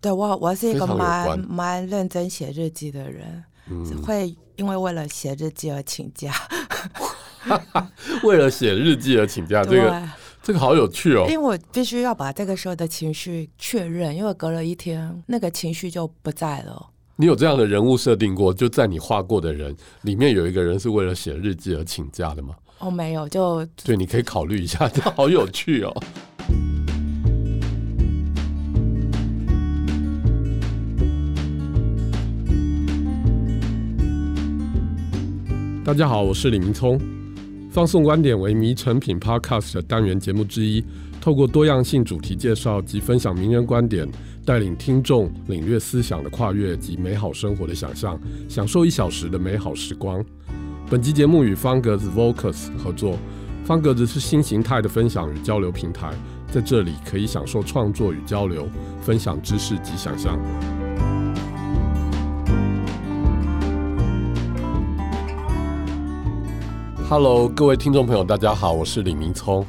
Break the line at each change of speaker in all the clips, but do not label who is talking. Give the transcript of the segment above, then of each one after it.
对我，我是一个
非常有
蛮
关嗯
蛮认真写日记的人，会因为为了写日记而请假。
为了写日记而请啊假，这个这个好有趣哦
对，。因为我必须要把这个时候的情绪确认，因为隔了一天，那个情绪就不在了。
你有这样的人物设定过？就在你画过的人里面有一个人是为了写日记而请假的吗？
哦，没有，就
对，你可以考虑一下，这好有趣哦。大家好，我是李明聪。放送观点为迷成品 Podcast 的单元节目之一，透过多样性主题介绍及分享名人观点，带领听众领略思想的跨越及美好生活的想象，享受一小时的美好时光。本集节目与方格子 Vocus 合作，方格子是新形态的分享与交流平台，在这里可以享受创作与交流，分享知识及想象。Hello，各位听众朋友，大家好，我是李明聪。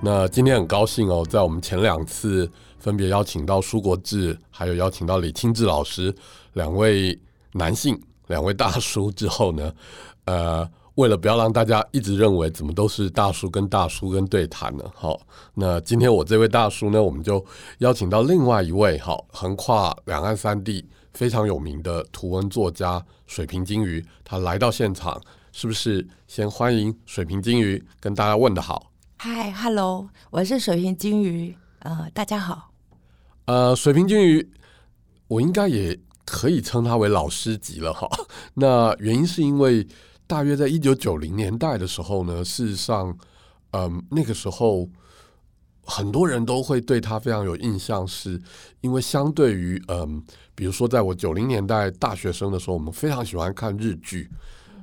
那今天很高兴哦，在我们前两次分别邀请到舒国志，还有邀请到李清志老师两位男性、两位大叔之后呢， 呃，为了不要让大家一直认为怎么都是大叔跟大叔跟对谈呢，好，那今天我这位大叔呢，我们就邀请到另外一位好横跨两岸三地非常有名的图文作家水瓶金鱼，他来到现场，是不是先欢迎水瓶金鱼跟大家问的好？
嗨，hello，我是水瓶金鱼，呃，大家好。
呃，水瓶金鱼，我应该也可以称他为老师级了哈。 那原因是因为大约在一九九零年代的时候呢，事实上，嗯、那个时候很多人都会对他非常有印象，是因为相对于嗯、比如说在我九零年代大学生的时候，我们非常喜欢看日剧，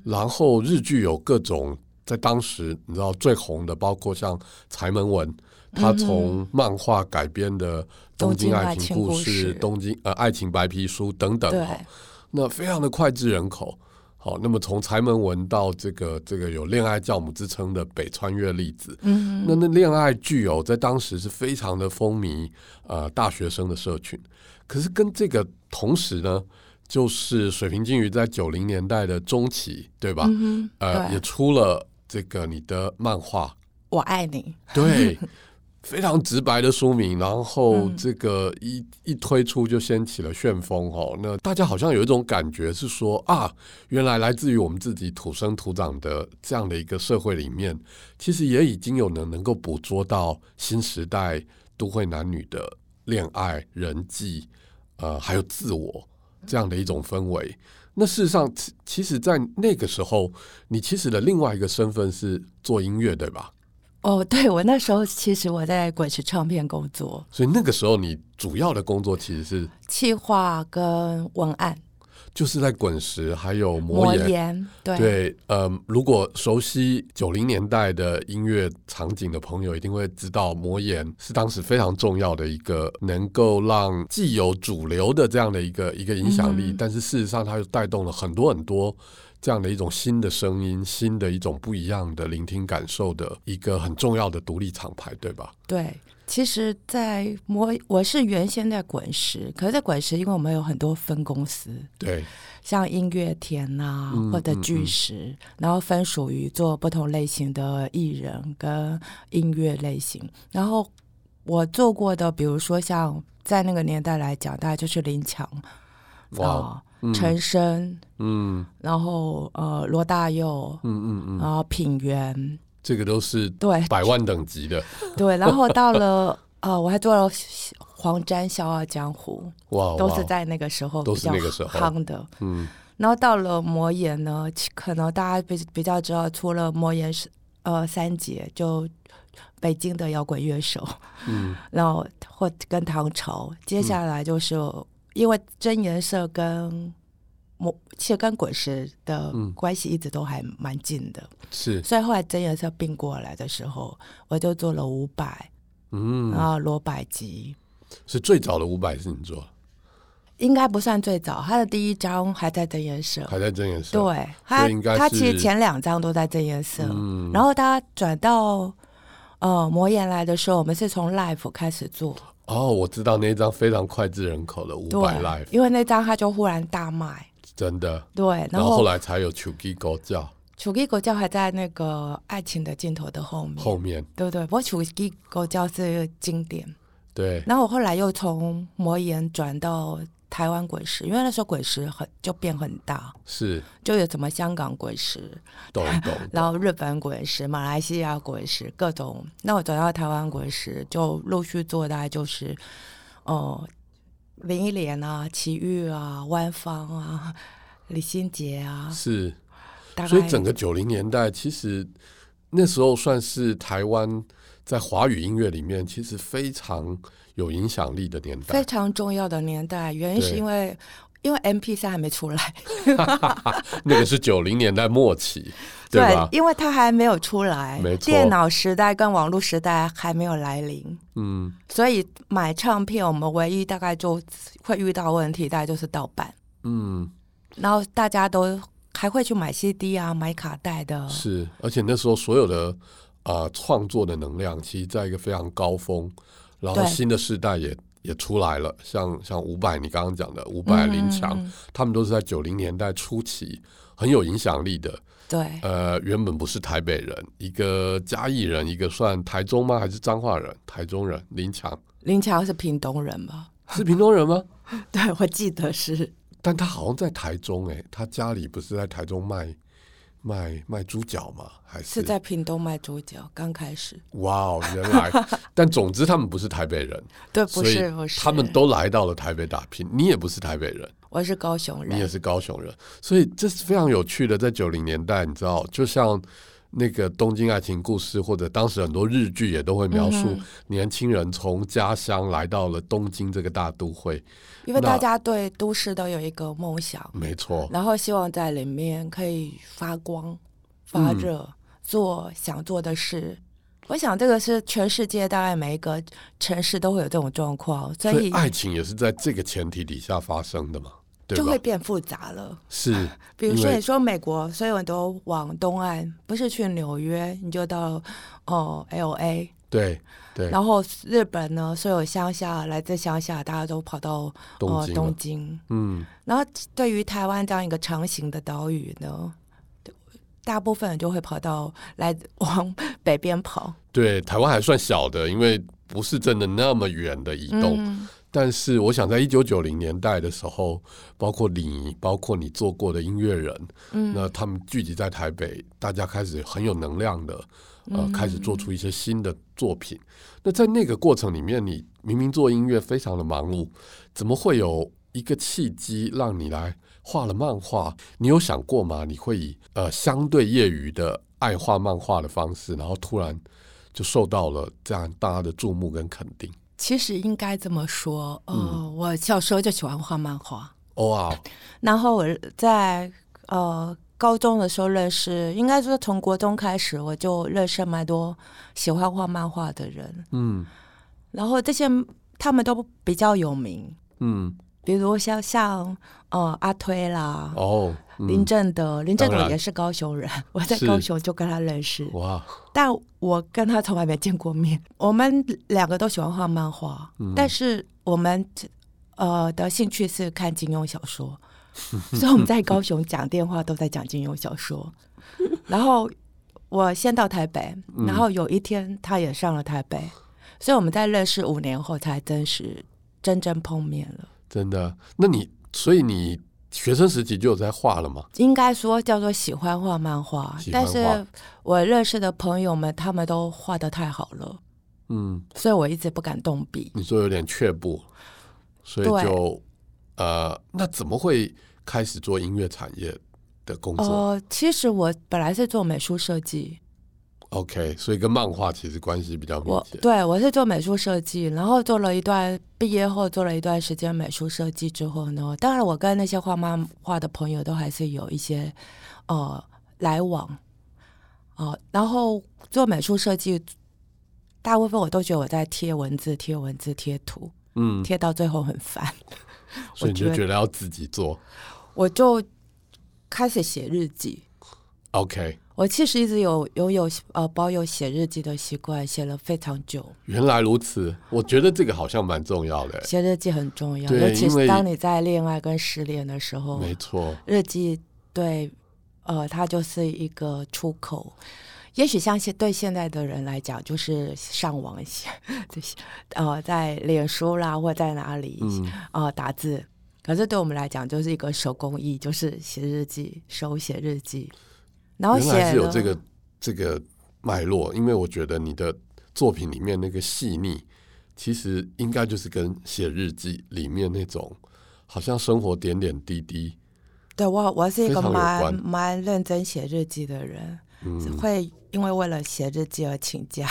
然后日剧有各种。在当时，你知道最红的包括像柴门文，他从漫画改编的《
嗯
东
东
京
京
爱
爱
情
情
故
故
事》
事
《东京呃爱情白皮书》等等
对
哈，那非常的脍炙人口。好，那么从柴门文到这个这个有恋爱教母之称的北川月粒子，嗯，那那恋爱剧哦，在当时是非常的风靡呃大学生的社群。可是跟这个同时呢，就是水瓶金鱼在九零年代的中期，对吧？
嗯哼，
呃，
对
也出了这个你的漫画，
我爱你。
对，非常直白的书名，然后这个一、一推出就掀起了旋风哦。那大家好像有一种感觉是说啊，原来来自于我们自己土生土长的这样的一个社会里面，其实也已经有能能够捕捉到新时代都会男女的恋爱、人际，呃，还有自我这样的一种氛围。那事实上，其其实，在那个时候，你其实的另外一个身份是做音乐，对吧？
哦，对我那时候其实我在滚石唱片工作，
所以那个时候你主要的工作其实是
企划跟文案、
就是在滚石还有
魔
魔岩。
岩，对
对，嗯，如果熟悉九零年代的音乐场景的朋友，一定会知道魔岩是当时非常重要的一个，能够让既有主流的这样的一个一个影响力，但是事实上它又带动了很多很多这样的一种新的声音，新的一种不一样的聆听感受的一个很重要的独立厂牌，对吧？
对，其实，在魔我是原先在滚石，可是，在滚石，因为我们有很多分公司，
对，
像音乐田呐、
嗯
或者
嗯
巨
嗯
石，然后分属于做不同类型的艺人跟音乐类型。然后我做过的，比如说像在那个年代来讲，大概就是林强
哇，哦
啊、陈升，
嗯
然后呃罗大佑，
嗯嗯嗯，
然后品源，
这个都是
对，
百万等级的，
对，然后到了呃，我还做了黄沾《笑傲江湖
哇，》，
都
哦哇
是在那个时候
都
比
是
较
那个时候
夯的。
嗯，
然后到了魔岩呢，其可能大家比比较知道，除了魔岩是呃三杰，就北京的摇滚乐手，嗯，然后或跟唐朝，接下
嗯
来就是、因为真言社跟魔，其实跟滚石的
嗯
关系一直都还蛮近的，
是，
所以后来真言社并过来的时候，我就做了五百。然
嗯，
后罗百吉
是最早的五百是你做的，
应该不算最早，他的第一张还在真言社。
还在真人社，，
对他
所以应该，是
他其实前两张都在真言社，
嗯
然后他转到呃魔岩来的时候，我们是从 Live 开始做，
哦，我知道那一张非常脍炙人口的五百 life，
对，因为那张他就忽然大卖，
真的。
对，
然
然
后后
后
来才有 Chugi 狗叫
楚地狗叫还在那个爱情的尽头的后面，
后面，
对对，不过楚地狗叫是经典。
对，
然后我后来又从魔岩转到台湾滚石，因为那时候滚石很就变很大，
是
就有什么香港滚石，
懂 懂
然后日本滚石、马来西亚滚石各种。那我转到台湾滚石，就陆续做大概就是，呃，林忆莲啊、齐豫啊、万芳啊、 李心洁啊，
是。
大概
所以整个九零年代，其实那时候算是台湾在华语音乐里面其实非常有影响力的年
非
代。
常重要的年代。原因是
对
因为因为 M P 三还没出来，
那个是九零年代末期，对吧？
因为它还没有出来
没，错
电脑时代跟网络时代还没有来临，
嗯
所以买唱片我们唯一大概就会遇到问题，大概就是盗版，
嗯，
然后大家都还会去买 CD 啊，买卡带的，
是。而且那时候所有的啊创、作的能量，其实在一个非常高峰，然后
对
新的世代也。也出来了，像像伍佰，你刚刚讲的伍佰、林强，
嗯
他们都是在九零年代初期很有影响力的，
对
呃，原本不是台北人，一个嘉义人，一个算台中吗？还是彰化人？台中人林强
林强是屏东人 吧？
是屏东人吗？
对，我记得是
但他好像在台中哎、他家里不是在台中卖卖卖猪脚吗？还是
是在屏东卖猪脚，刚开始，
哇哦，原来。但总之他们不是台北人，
对，不
所以
是不是，
他们都来到了台北打拼。你也不是台北人，
我是高雄
你也
人，
是高雄人，所以这是非常有趣的。在九零年代，你知道，就像那个《东京爱情故事》，或者当时很多日剧也都会描
嗯
述年轻人从家乡来到了东京这个大都会。
因为
那嗯
大家对都市都有一个梦想。
没错，
然后希望在里面可以发光、发热，
嗯
做想做的事。我想这个是全世界大概每一个城市都会有这种状况，所
所以
以
爱情也是在这个前提底下发生的嘛，对
就
吧
会？变复杂了。
是，
比如
因
说，
为
你说美国，所有人都往东岸，不是去纽约，你就到哦、L A。
对对，
然后哦日本呢，所有乡下来自乡下，大家都跑到
东
呃
京嘛
东，京。
嗯，
然后对于台湾这样一个长形的岛屿呢，大部分人就会跑到来 往北边跑。
对，台湾还算小的，因为不是真的那么远的移动。
嗯，
但是我想，在一九九零年代的时候，包括你，包括你做过的音乐人，
嗯
那他们聚集在台北，大家开始很有能量的，
嗯
呃，开始做出一些新的作品。那在那个过程里面，你明明做音乐非常的忙碌，怎么会有一个契机让你来画了漫画？你有想过吗？你会以呃相对业余的爱画漫画的方式，然后突然就受到了这样大家的注目跟肯定？
其实应该这么说，呃，
嗯
我小时候就喜欢画漫画，
哦 啊，
然后我在呃高中的时候认识，应该说从国中开始，我就认识蛮多喜欢画漫画的人，
嗯
然后这些他们都比较有名，
嗯。
比如像像呃阿推啦，
哦，嗯
林正德，林正
当
德
然
也是高雄人，我在
是
高雄就跟他认识，
哇，
但我跟他从来没见过面。 我们两个都喜欢画漫画，
嗯
但是我们呃的兴趣是看金庸小说， 所以我们在高雄讲电话都在讲金庸小 说。然后我先到台北，
嗯
然后有一天他也上了台北，所以我们在认识五年后才真实真正碰面了。
真的？那你所以你学生时期就有在画了吗？
应该说叫做喜欢画漫画，
喜欢
但
画
是我认识的朋友们，他们都画的太好了，
嗯，
所以我一直不敢动笔。
你说有点却步，所以
对
就呃，那怎么会开始做音乐产业的工作、
呃，其实我本来是做美术设计，
o k 所以跟漫画其实关系比较密
我
切。
对我是做美术设计，然后做了一段毕业后做了一段时间美术设计之后呢，当然我跟那些画漫画的朋友都还是有一些呃来往，哦、然后做美术设计，大部分我都觉得我在贴文字、贴文字、贴图，
嗯，
贴到最后很烦。
所以你就
我觉得
觉得要自己做
我就开始写日记。
，OK，
我其实一直有有有呃保有写日记的习惯，写了非常久。
原来如此，我觉得这个好像蛮重要的。
写日记很重要，
对
尤其
因为
是当你在恋爱跟失恋的时候，
没错，
日记对，呃，它就是一个出口。也许像现对现在的人来讲，就是上网写， 这些呃，在脸书啦或在哪里
嗯，
呃打字，可是对我们来讲就是一个手工艺，就是写日记，手写日记，然后
原
写
来是有
了
这个这个脉络，因为我觉得你的作品里面那个细腻，其实应该就是跟写日记里面那种好像生活点点滴滴，
对我，我是一
非
个
常有
蛮
关
蛮认真写日记的人，
嗯，
会因为为了写日记而请假。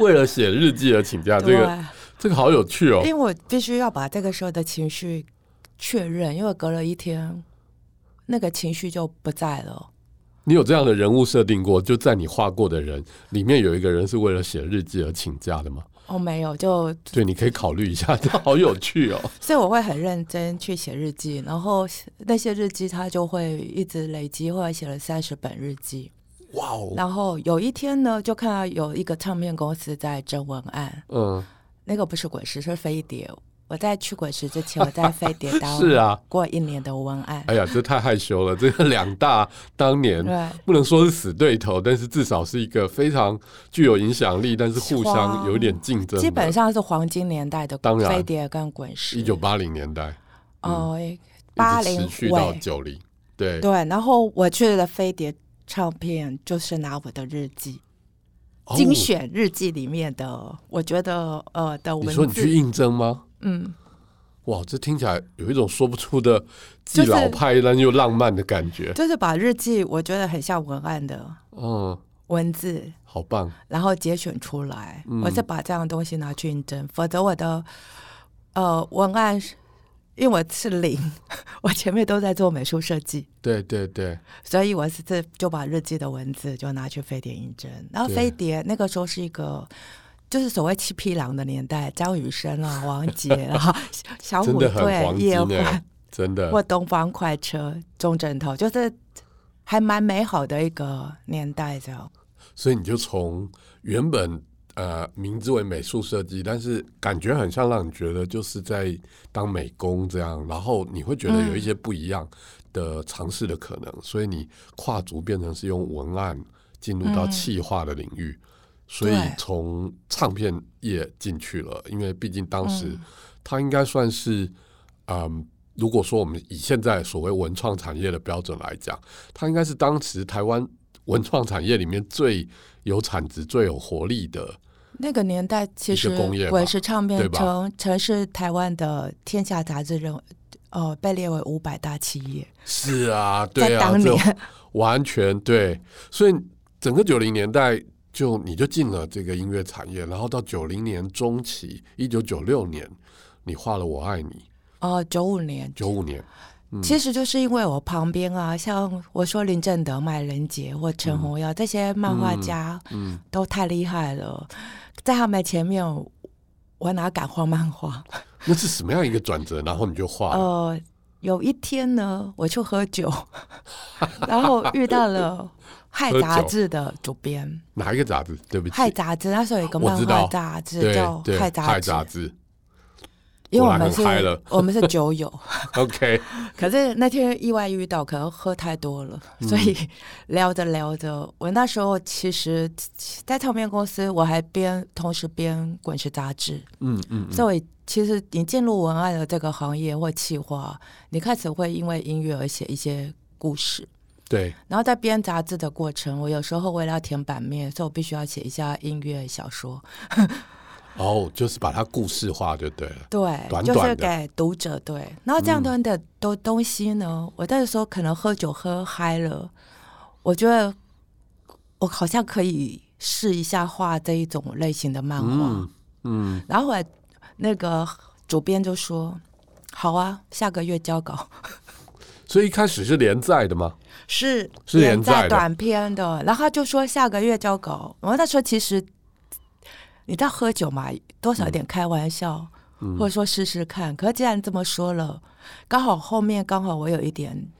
为了写日记而请啊假，这
对，
个这个好有趣哦
因，为我必须要把这个时候的情绪确认，因为隔了一天，那个情绪就不在了。
你有这样的人物设定过？就在你画过的人里面有一个人是为了写日记而请假的吗？
哦，没有，就
对，你可以考虑一下，这好有 趣哦。
所以我会很认真去写日记，然后那些日记它就会一直累积，后来写了三十本日记。
哇哦，
然后有一天呢，就看到有一个唱片公司在征文案，
嗯，
那个不是滚石，是飞碟。我在去滚石之前，我在飞 碟当
是啊，
过一年的文案。
哎呀，这太害羞了。这个两大当年
对，
不能说是死对头，但是至少是一个非常具有影响力，但是互相
哇
有点竞争的。
啊基本上是黄金年代的
当然
飞碟跟滚石。
一九八零年代，
哦，八
一
零
直持续到
尾
九零，对，
对，然后我去了飞碟唱片，就是拿我的日记、
哦
精。选日记里面的，我觉得呃的
你说
文
你去
字，
应征吗？
嗯，
哇，这听起来有一种说不出的既
就是
老派但又浪漫的感觉。
就是把日记我觉得很像文案的
嗯，
文字，
好棒。
然后节选出来，
嗯
我是把这样的东西拿去应征，否则我的呃文案是。因为我是零， 我前面都在做美术设计，
对对对，
所以我是这就把日记的文字就拿去飞碟印证，然后
对
飞碟那个时候是一个。就是所谓七匹狼的年代，张雨生啊、王杰啊、 小
真
虎
的很
队、
黄金
叶
哎、
欢
真的
或。东方快车、钟镇涛，就是还蛮美好的一个年代，这样。
所以你就从原本呃名字为美术设计，但是感觉很像让你觉得就是在当美工这样，然后你会觉得有一些不一样的尝试的可能，所以你跨足变成是用文案进入到企划的领域。所以
对
从唱片业进去了，因为毕竟当时
嗯
它应该算是，嗯，如果说我们以现在所谓文创产业的标准来讲，它应该是当时台湾文创产业里面最有产值、最有活力的。
那个年代其
一个
实
工业吧
滚石唱
对
片
吧
曾曾是台湾的《天下》杂志认呃被列为五百大企业，
是啊，对
在
啊，
当
这
年。
完全对。所以整个九零年代就你就进了这个音乐产业，然后到九零年中期，一九九六年，你画了《我爱你》，
哦，九五年
九五年，
其实就是因为我旁边啊，像我说林正德、麦仁杰或陈红耀、这些漫画家
嗯，
都太厉害了，在他们前面，我哪敢画漫画？
那是什么样一个转折？然后你就画了，
呃，有一天呢，我去喝酒， 然后遇到了《嗨》
喝酒
杂志的主编，
哪一个杂志？对不
《
起，
嗨》杂志那时候有一个
我
漫
知
画
道
杂志
对
叫
对，
《嗨》杂
嗨杂
志，
志
因为
果
我
然
们
很
是
嗨了
我们是酒友，
，OK，
可是那天意外遇到，可能喝太多了，所以聊着聊着，我那时候其实，在唱片公司，我还编同时编滚石杂志，
嗯嗯，嗯
所以其实你进入文案的这个行业或企划，你开始会因为音乐而写一些故事。
对，
然后在编杂志的过程，我有时候为了要填版面，所以我必须要写一下音乐小说，
哦，就是把它故事化就对了，
对，
短
就
短
是
的
给读者对。然后这样端的都东西
嗯
呢，我那时候可能喝酒喝嗨了，我觉得我好像可以试一下画这一种类型的漫画。
嗯嗯，
然后后来那个主编就说：“好啊，下个月交稿。
所以一开始是连载的吗？
是”
是连载的
载短篇的，然后他就说下个月交稿。我那时候其实你知道喝酒嘛，多少有点开玩笑。
嗯
或者说试试看。可是既然这么说了，刚好后面刚好我有一点，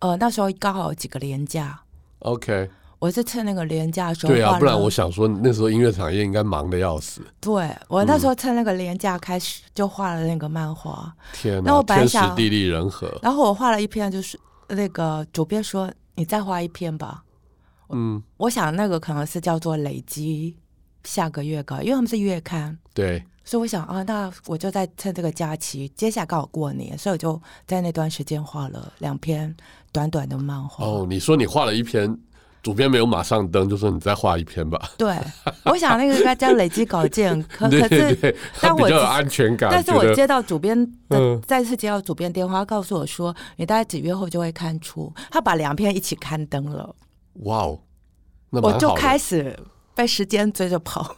呃，那时候刚好有几个年假，
OK，
我是趁那个廉价的时候
对啊，
换
不然
了
我想说，那时候音乐产业应该忙的要死。
对我
嗯
那时候趁那个廉价开始就画了那个漫画，
天
那
哪，
我本来
天时
想
地利人和。
然后我画了一篇，就是那个主编说你再画一篇吧。
嗯，
我想那个可能是叫做累积下个月稿，因为他们是月刊，
对，
所以我想啊，那我就在趁这个假期，接下来刚好过年，所以我就在那段时间画了两篇短短的漫画。
哦，你说你画了一篇，主编没有马上登，就说你再画一篇吧。
对，我想那个应该叫累积稿件，可呃可 是
对对对， 他
但
比
我
较有
只是
安全感。
但是
觉
我
得
接到主编的、
嗯
再次接到主编电话，告诉我说，你大概几月后就会刊出。他把两篇一起刊登了，
哇哦，那蛮
我
好
就
的
开始被时间追着 跑。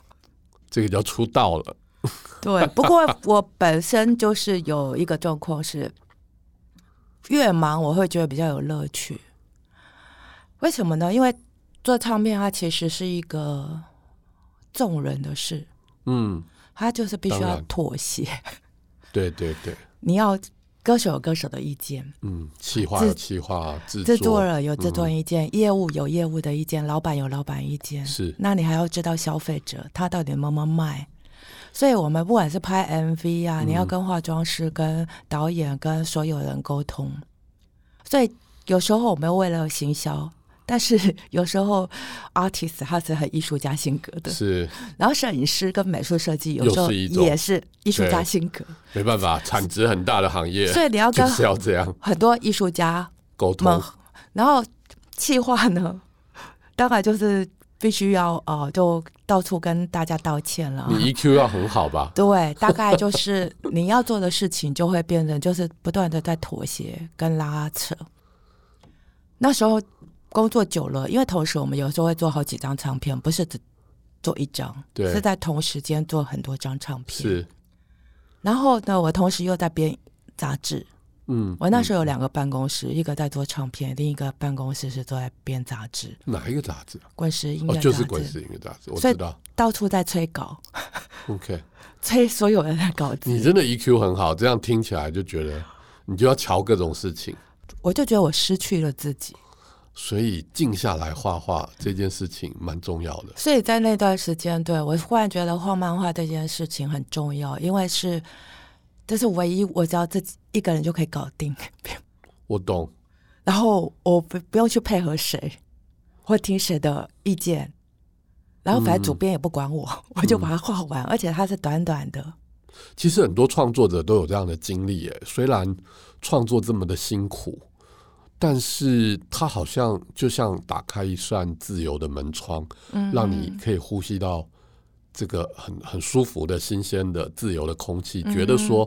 这个叫出道了。
对，不过我本身就是有一个状况是，越忙我会觉得比较有乐趣。为什么呢？因为做唱片它其实是一个众人的事，
嗯，
它就是必须
当
要
然
妥协，
对对对，
你要歌手有歌手的意见。
嗯，企划
制
有企划，制
制
作
作人有制
嗯
作意见，业务有业务的意见，老板有老板意见。
是
那你还要知道消费者他到底能不能卖。所以我们不管是拍 MV
嗯
啊，你要跟化妆师、跟导演、跟所有人沟通。所以有时候我们为了行销，但是有时候 artist 他是很艺术家性格的，
是
然后摄影师跟美术设计有
又
时候
是一种
也是艺术家
对
性格，
没办法，产值很大的行业，
所以你要
就
跟
是要这样
很多艺术家
沟通
们。，然后气话呢， 当然就是必须要呃，就到处跟大家道歉了。
你 EQ 要很好吧？
对，大概就是你要做的事情就会变成就是不断的在妥协跟拉扯。那时候工作久了，因为同时我们有时候会做好几张唱片，不是只做一张，
对
是在同时间做很多张唱片。
是，
然后呢，我同时又在编杂志，
嗯，
我那时候有两个办公室，一个在做唱片，另一个办公室是做在编杂志，
哪一个杂志啊？
滚石音乐
哦，
杂志，
就是滚石音乐杂志，我
所以
知道。
到处在催稿，
OK，
催所有人的稿
你
子。
真的 EQ 很好，这样听起来就觉得你就要瞧各种事情，
我就觉得我失去了自己，
所以静下来画画这件事情蛮重要的。
所以在那段时间，对我忽然觉得画漫画这件事情很重要，因为是这是唯一我只要自己一个人就可以搞定，
我懂，
然后我不不用去配合谁，或听谁的意见。然后反
嗯
正主编也不管我，我就把它画完，而且它是短短的，
其实很多创作者都有这样的经历，耶。虽然创作这么的辛苦，但是它好像就像打开一扇自由的门窗，
嗯
让你可以呼吸到这个很很舒服的、新鲜的、自由的空气，
嗯
觉得说，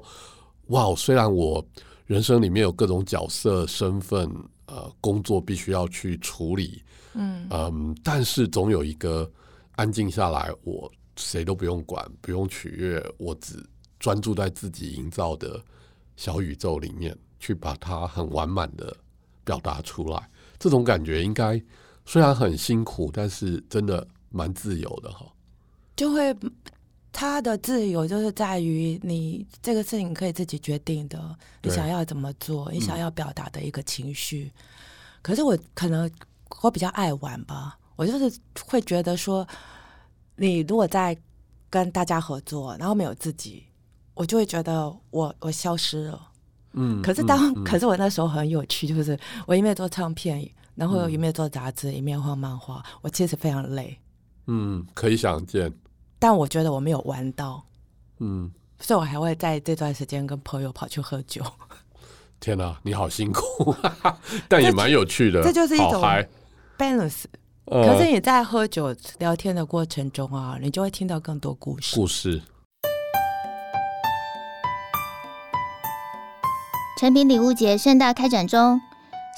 哇，虽然我人生里面有各种角色、身份、呃，工作必须要去处理，
嗯
嗯，但是总有一个安静下来，我谁都不用管，不用取悦，我只专注在自己营造的小宇宙里面，去把它很完满的表达出来。这种感觉应该虽然很辛苦，但是真的蛮自由的哈。
就会他的自由就是在于你这个事情可以自己决定的，你
对嗯
想要怎么做，你想要表达的一个情绪。可是我可能我比较爱玩吧，我就是会觉得说，你如果在跟大家合作，然后没有自己，我就会觉得我我消失了。
嗯，
可是
嗯
当、
嗯
可是我那时候很有趣，就是我一面做唱片，然后一面做杂志，一面画漫画，我其实非常累，
嗯，可以想见，
但我觉得我没有玩到。
嗯，
所以我还会在这段时间跟朋友跑去喝酒，
天哪、你好辛苦， 但也蛮有趣的，
这就是一
好
种
嗨。
balance。
呃
可是你在喝酒聊天的过程中啊，你就会听到更多故事。
故事，
诚品礼物节盛大开展中，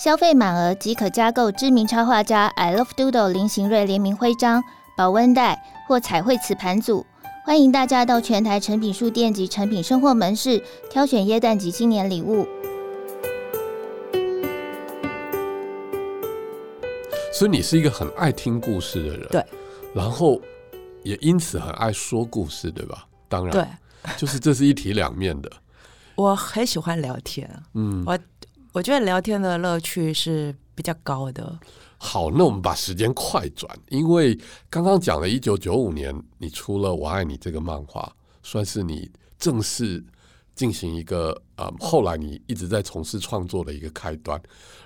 消费满额即可加购知名插画家 I Love Doodle 林行瑞联名徽章、保温袋或彩绘瓷盘组。欢迎大家到全台诚品书店及诚品生活门市挑选耶诞及新年礼物。
所以你是一个很爱听故事的人，
对，
然后也因此很爱说故事，对吧？当然，
对，
就是这是一体两面的，
我很喜欢聊天，
嗯，
我觉得聊天的乐趣是比较高的。
好，那我们把时间快转，因为刚刚讲了，一九九五年你出了《我爱你》这个漫画，算是你正式进行一个啊、呃后来你一直在从事创作的一个开端。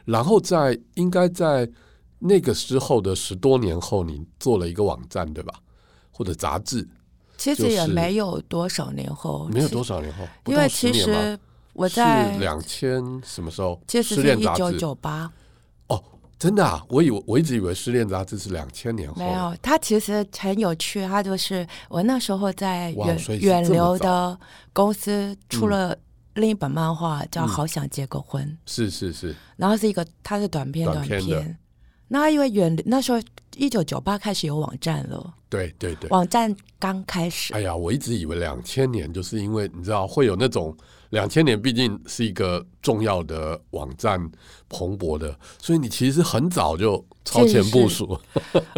然后在应该在那个之后的十多年后，你做了一个网站，对吧？或者杂志，
其
就
实也
是
没有多少年后，
没有
其
多少年后，不
因
到
为
10
其
年吧
实我在
是两千什么时候？
其
失
实是
恋
一
杂
九
志
九八，
哦，真的啊！我以为我一直以为失恋杂志是两千年后，
没有，它其实很有趣，它就是我那时候在
哇
远
所以是
远
这么
流
早
的公司出
嗯
了另一本漫画叫
嗯
《好想结个婚》，
是是是，
然后是一个它是短片
短片的
那因为远那时候一九九八开始有网站了，
对对对。
网站刚开始，
哎呀，我一直以为两千年就是因为你知道会有那种两千年，毕竟是一个重要的网站蓬勃的，所以你其实很早就超前部署。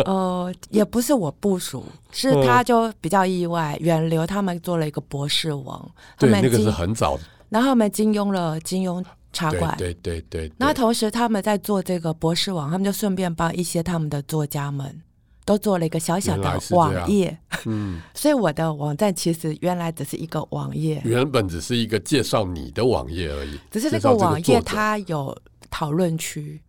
呃，也不是我部署，是他就比较意外，远流他们做了一个博士网，他
对，
们
那个
金
是很早的，
然后他们金庸了金庸茶
对
馆，
对对对。
那
对
同时他们在做这个博士网，他们就顺便帮一些他们的作家们都做了一个小小
原来
的
是这样
网页，
嗯，
所以我的网站其实原来只是一个网页，
原本只是一个介绍你的网页而已，
只是这
介绍
个
这个
网
作
页
者
它有讨论区。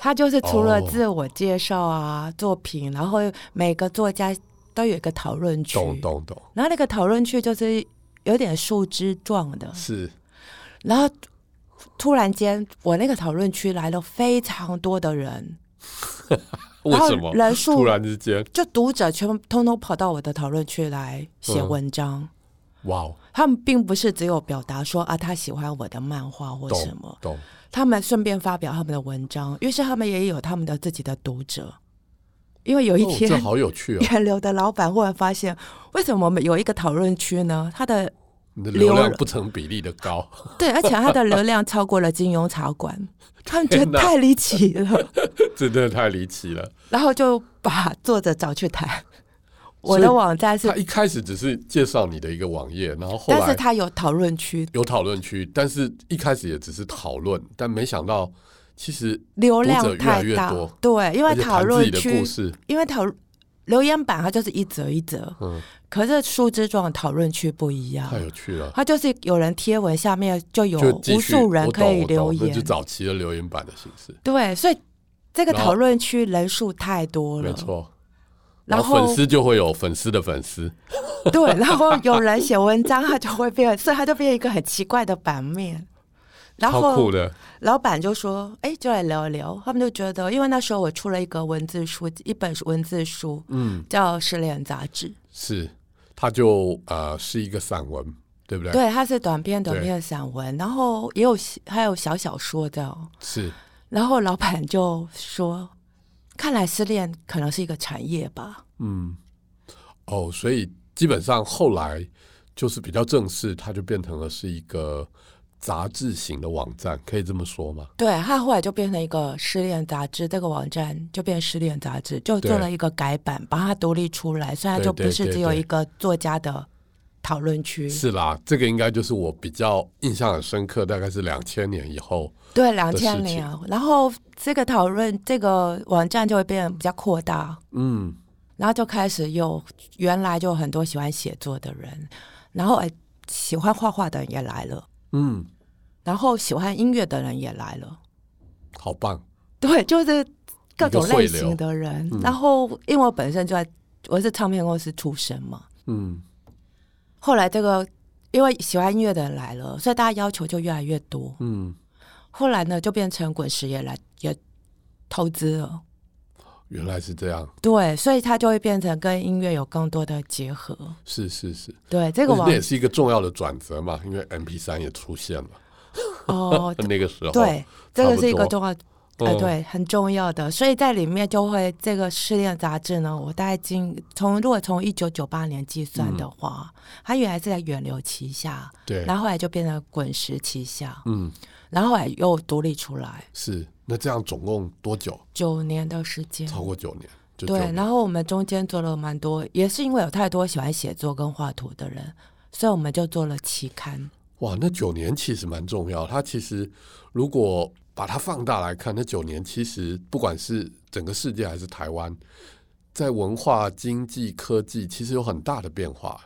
它就是除了
哦
自我介绍啊、作品，然后每个作家都有一个讨论区，
懂懂懂，
然后那个讨论区就是有点树枝状的，
是
然后突然间我那个讨论区来了非常多的人，
为
然后
什么？
人数
突然之间，
就读者全部通通跑到我的讨论区来写
嗯
文章。
哇哦，
他们并不是只有表达说啊，他喜欢我的漫画或什
懂
么，
懂，
他们顺便发表他们的文章，于是他们也有他们的自己的读者。因为有一
哦
天，
这好有趣 哦，
源流的老板忽然发现，为什么我们有一个讨论区呢？他的
你的流量
流
不成比例的高，
对，而且它的流量超过了金庸茶馆， 他们觉
天哪
得太离奇了，
这 真的太离奇了。
然后就把作者找去谈。我
所以
的网站
他
是，
一开始只是介绍你的一个网页，然后后
但是
来
它有讨论区，
有讨论区，但是一开始也只是讨论，但没想到其实
流
读者
量
越来
太
越
大
多，
对，因为
而且
讨
谈自
论
己的
区
故，事，
因为讨留言板它就是一则一则，
嗯，
可是树枝状讨论区不一样
太，有趣了。
它就是有人贴文下面就啊有
就继
无
续
数人可以
我懂
留
我懂那
言
就，早期的留言板的形式，
对，所以这个
然后
讨论区人数太多
没
了，
错。
然
后
后
粉丝就会有粉丝的粉丝，
对，然后有人写文章，他就会变， 所以他就变一个很奇怪的版面。然
超酷
后
的，
老板就说：“哎，就来聊一聊。”他们就觉得，因为那时候我出了一个文字书，一本文字书
嗯，
叫《失恋杂志》，
是，他就呃是一个散文，对不对？，
对，它是短篇、短
对
篇散文，然后也有还有小小说这样。
是，
然后老板就说：“看来失恋可能是一个产业吧。
嗯，哦，所以基本上后来就是比较正式，它就变成了是一个杂志型的网站，可以这么说吗？
对”他后来就变成一个失恋杂志，这个网站就变失恋杂志，就
对
做了一个改版，把它独立出来，虽然
对
就不
对
是
对
只有
对
一个作家的讨论区。
是啦，这个应该就是我比较印象很深刻，大概是两千年以后，
对，两
事
千
情
年，然后这个讨论这个网站就会变得比较扩大，
嗯，
然后就开始有原来就很多喜欢写作的人，然后哎喜欢画画的人也来了，
嗯，
然后喜欢音乐的人也来了，
好棒，
对，就是各种
一个汇
类
流
型的人。
嗯
然后因为我本身就在我是唱片公司出身嘛，
嗯，
后来这个因为喜欢音乐的人来了，所以大家要求就越来越多。
嗯，
后来呢，就变成滚石也来也投资了。
原来是这样，
对，所以它就会变成跟音乐有更多的结合。
是是是，
对，这
那
个网
那也是一个重要的转折嘛，因为 M P 三也出现了，
哦，
那个时候，
对，这
差
个
不
是一个
多
重要
嗯
呃，，对，很重要的，所以在里面就会这个试炼杂志呢，我大概经从如果从一九九八年计算的话，它原来是在远流旗下，
嗯对，
然后后来就变成滚石旗下，
嗯，
然后后来又独立出来，
是，那这样总共多久？
九年的时间。
超过九年，就九
对，
年
然后我们中间做了蛮多，也是因为有太多喜欢写作跟画图的人，所以我们就做了期刊。
哇，那九年其实蛮重要。它其实如果把它放大来看，那九年其实不管是整个世界还是台湾，在文化、经济、科技，其实有很大的变化，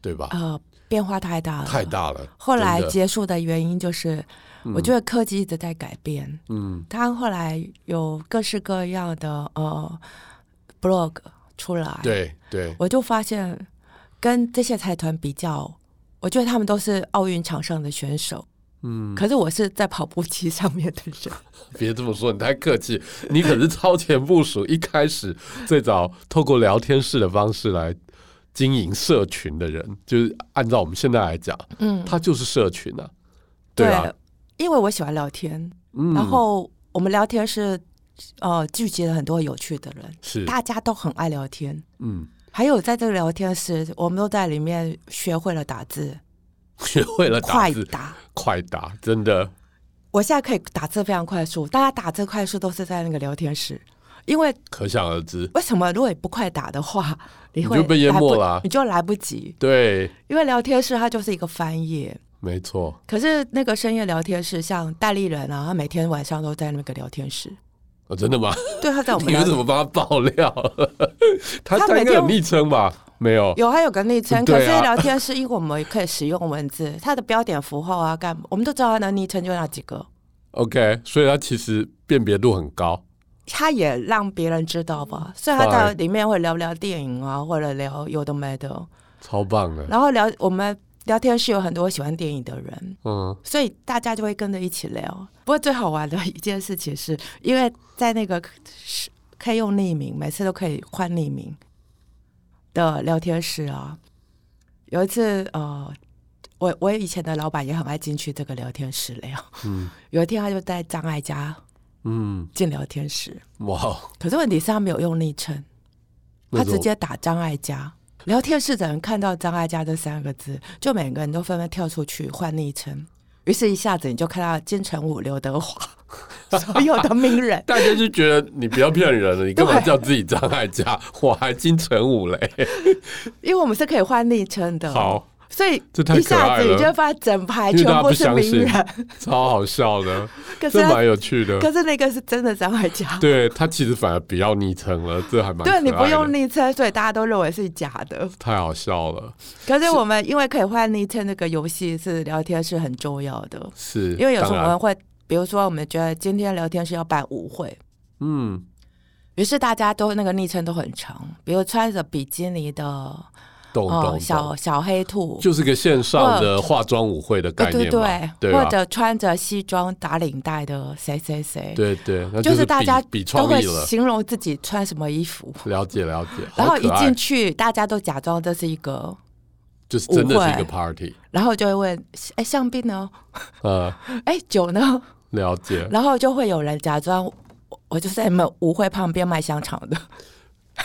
对吧？
呃，变化太大了，
太。大了。
后来
真的嗯
结束的原因就是，我觉
得，
得科技一直在改变，
嗯
它后来有各式各样的呃 blog 出来，
嗯，对对，
我就发现跟这些财团比较，我觉得他们都是奥运场上的选手，
嗯，
可是我是在跑步机上面的人。
别这么说，你太客气，你可是超前部署，一开始最早透过聊天室的方式来经营社群的人，就是按照我们现在来讲，
嗯，
他就是社群啊，对啊，
因为我喜欢聊天，
嗯，
然后我们聊天是呃聚集了很多有趣的人，
是，
大家都很爱聊天。
嗯，
还有在这个聊天室，我们都在里面学会了打字，
学会了打
快
字，
打。
快打，真的，
我现在可以打字非常快速，大家打字快速都是在那个聊天室，因为
可想而知，
为什么？如果你不快打的话，你会
你就被淹没了啊
来不你就来不及。
对，
因为聊天室它就是一个翻页，
没错，
可是那个深夜聊天室，像戴立人啊，他每天晚上都在那个聊天室。
哦，真的吗？
对，他在我们
你
聊
们怎么帮他爆料？ 他
他
他应
每
该
天
有昵称吧？没有，
有，还有个昵称，可
对
是
啊
聊天室因为我们可以使用文字，它的标点符号啊，干嘛，我们都知道它的昵称就那几个。
OK，所以他其实辨别度很高。
他也让别人知道吧，所以他
Fine
在里面会聊聊电影啊，或者聊有的没的，
超棒的，
然后聊我们聊天室有很多喜欢电影的人，
嗯，
所以大家就会跟着一起聊。不过最好玩的一件事情是，因为在那个是可以用匿名，每次都可以换匿名的聊天室啊。有一次，呃，我我以前的老板也很爱进去这个聊天室聊。
嗯
有一天，他就带张爱嘉
嗯，
进聊天室，
哇，哦
可是问题是他没有用昵称，他
那种。
直接打张爱嘉。聊天室的人看到张爱嘉这三个字，就每个人都纷纷跳出去换昵称，于是一下子你就看到金城武、刘德华，所有的名人
大家就觉得你不要骗人 了，你干嘛
对
叫自己张爱嘉？我还金城武嘞，
因为我们是可以换昵称的，
好，
所以
这太
一
可
下
爱
子你就会
了，
发现整排
因为
全
大家
部
不
是
相
名
信
人。
超好笑的，
可是
这
他
蛮有趣的。
可是那个是真的张爱嘉，
对他其实反而不要昵称了，这还蛮可
对
爱的
你不用昵称，所以大家都认为是假的。
太好笑了，
可是我们因为可以换昵称，那个游戏是聊天是很重要的。
是
因为有时候
当
我
然
们会，比如说我们觉得今天聊天是要办舞会，
嗯
于是大家都那个昵称都很长，比如穿着比基尼的
懂懂
呃
懂
小小黑兔，
就是个线上的化妆舞会的概
呃对
念
对
嘛，，对
或
吧？
者穿着西装打领带的谁谁谁，
对对，那
就是
是
大家
比比
都
创
会
意了，
形容自己穿什么衣服，
了解了解。
然
好
后一
可爱
进去大家都假装这是一个，
就是真的是一
舞会
个 party，
然后就会问，哎，香槟呢？
呃，
哎，酒呢？
了解。
然后就会有人假装我我就在你们舞会旁边卖香肠的。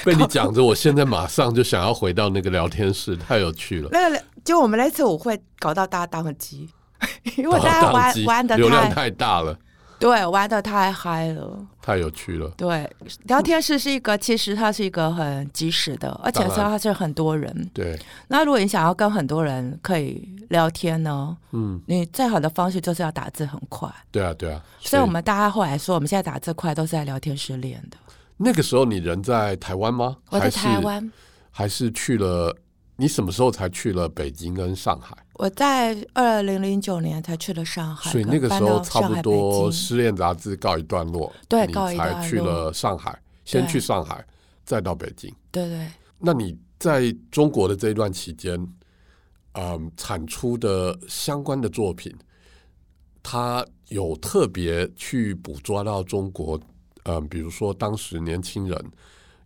被你讲着，我现在马上就想要回到那个聊天室，太有趣了。
那个就我们那次舞会搞到大家宕机， 因为大家
档
玩
机
玩的
流量
太
太大了，
对玩的太嗨了。
太有趣了。
对，聊天室是一个，其实它是一个很及时的，而且
当然
它是很多人。
对，
那如果你想要跟很多人可以聊天呢，
嗯，
你最好的方式就是要打字很快。
对啊，对啊。
所以我们大家后来说，我们现在打字快都是在聊天室练的。
那个时候你人在台湾吗？
我在
还是
台，湾，
还是去了？你什么时候才去了北京跟上海？
我在二零零九年才去了上海，
所以那个时
搬
候
到
差
上
不
海
多
北
《
京
失恋杂志》告一段落，
对
你
告一段
才
落
去了上海，先
对
去上海，再到北京。
对对。
那你在中国的这一段期间，嗯，产出的相关的作品，它有特别去捕捉到中国，嗯，比如说当时年轻人，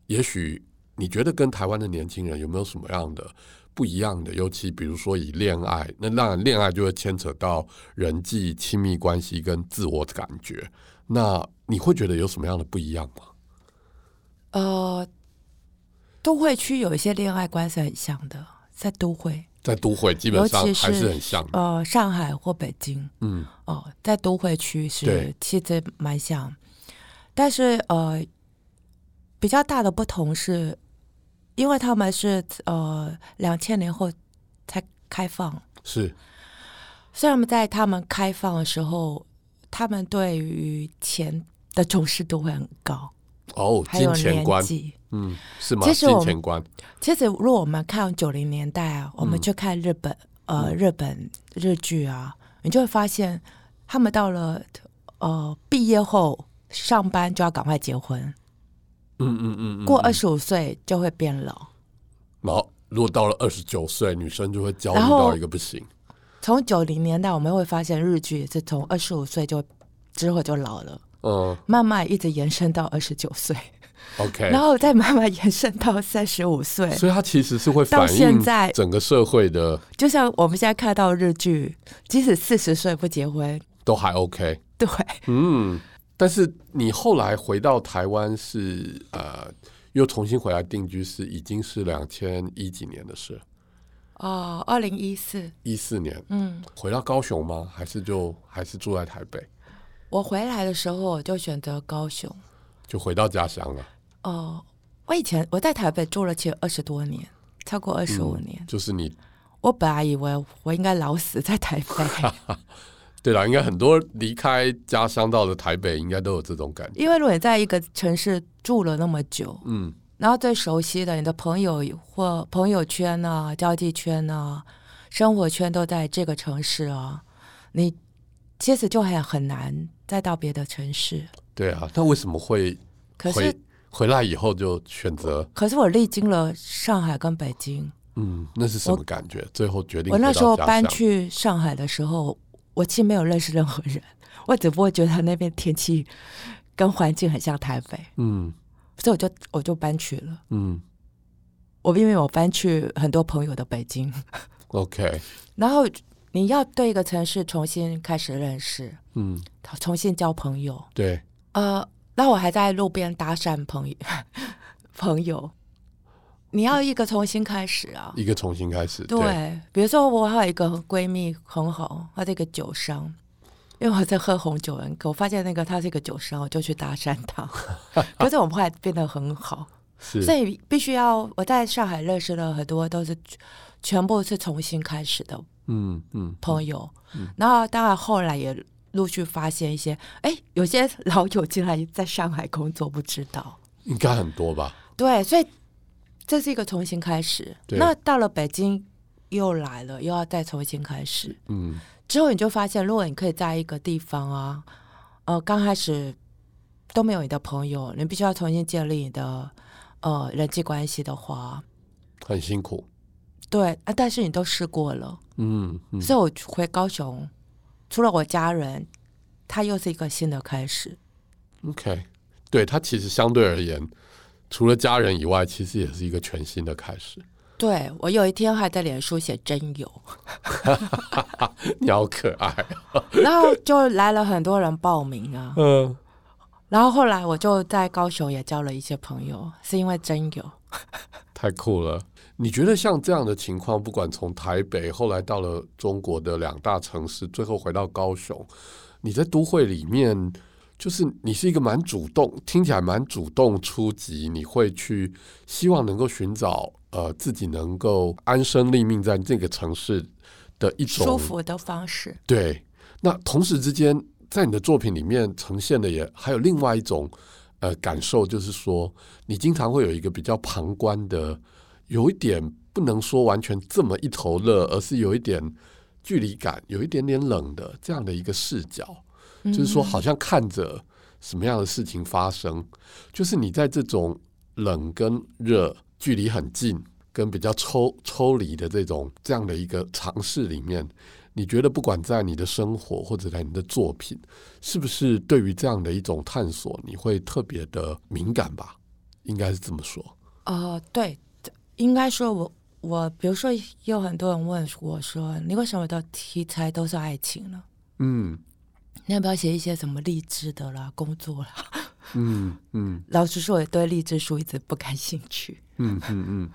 也许你觉得跟台湾的年轻人有没有什么样的不一样的？尤其比如说以恋爱，那当然恋爱就会牵扯到人际、亲密关系跟自我感觉，那你会觉得有什么样的不一样吗？
呃，都会区有一些恋爱观是很像的，在都会，
在都会基本上
尤其是
还是很像的，
呃，上海或北京，
嗯。
哦、在都会区是
对
其实蛮像，但是呃，比较大的不同是，因为他们是呃两千年后才开放，
是
虽然在他们开放的时候，他们对于钱的重视度会很高，
哦，
还
金
有
钱
年
观，
纪。
嗯，是吗？
其实
金
我们
钱观，
其实，如果我们看九零年代啊，我们
嗯
去看日本、呃日本日剧啊，你就会发现，他们到了呃毕业后上班就要赶快结婚，
嗯嗯嗯，嗯
过二
嗯
十五岁就会变老。
然后如果到了二十九岁，女生就会焦虑
然后
到一个不行。
从九零年代，我们会发现日剧也是从二十五岁就之后就老了，
嗯
慢慢一直延伸到二十九岁，
，OK，
然后再慢慢延伸到三十五岁。
哎所以它其实是会
到
反
现
映
在
整个社会的，
就像我们现在看到日剧，即使四十岁不结婚，
都还 OK。
对，
嗯，但是你后来回到台湾是呃，又重新回来定居是已经是两千一几年的事，
哦，二零一四，
一四年
嗯，
回到高雄吗？还是就还是住在台北，
我回来的时候我就选择高雄。
就回到家乡啊了？
哦，我以前我在台北住了其实二十多年，超过二十五
嗯
年。
就是你
我本来以为我应该老死在台北，
对啦，应该很多离开家乡到了台北，应该都有这种感觉。
因为如果你在一个城市住了那么久，
嗯
然后最熟悉的你的朋友或朋友圈啊、交际圈啊、生活圈都在这个城市啊，你其实就很很难再到别的城市。
对啊，那为什么会
可
回
是，
回来以后就选择？
可是我历经了上海跟北京，
嗯，那是什么感觉？最后决定
我那
回到
时候
家
搬
乡
去上海的时候，我其实没有认识任何人，我只不过觉得那边天气跟环境很像台北，
嗯
所以我就我就搬去了。
嗯
我因为我搬去很多朋友的北京，
，OK，
然后你要对一个城市重新开始认识，
嗯，
重新交朋友。
对，
呃，那我还在路边搭讪朋友， 朋友，你要一个重新开始啊。
一个重新开始。
对，比如说我还有一个闺蜜很好，她是一个酒商，因为我在喝红酒人，我发现那个她是一个酒商，我就去搭讪 她，可是我们后来变得很好，
是
所以必须要我在上海认识了很多都是全部是重新开始的
嗯嗯，
朋友，然后当然后来也陆续发现一些，哎，有些老友竟然在上海工作不知道，
应该很多吧？
对，所以这是一个重新开始。
对
那到了北京又来了，又要再重新开始。
嗯
之后你就发现，如果你可以在一个地方啊，呃，刚开始都没有你的朋友，你必须要重新建立你的呃人际关系的话，
很辛苦。
对啊，但是你都试过了，
嗯嗯，
所以我回高雄，除了我家人，他又是一个新的开始。
OK，对他其实相对而言，除了家人以外，其实也是一个全新的开始。
对我有一天还在脸书写真友，
你好可爱，啊
然后就来了很多人报名啊，
嗯，
然后后来我就在高雄也交了一些朋友，是因为真友。
太酷了。你觉得像这样的情况，不管从台北后来到了中国的两大城市，最后回到高雄，你在都会里面，就是你是一个蛮主动，听起来蛮主动出击，你会去希望能够寻找呃自己能够安身立命在这个城市的一种
舒服的方式。
对，那同时之间，在你的作品里面呈现的也还有另外一种呃感受，就是说你经常会有一个比较旁观的，有一点不能说完全这么一头热，而是有一点距离感，有一点点冷的这样的一个视角，
嗯
就是说好像看着什么样的事情发生，就是你在这种冷跟热距离很近。跟比较抽抽离的这种这样的一个尝试里面，你觉得不管在你的生活或者在你的作品，是不是对于这样的一种探索，你会特别的敏感吧？应该是这么说。
呃，对，应该说我我，比如说有很多人问我说，你为什么的题材都是爱情呢？
嗯
你要不要写一些什么励志的啦、工作啦？
嗯嗯
老实说，我对励志书一直不感兴趣。
嗯嗯嗯，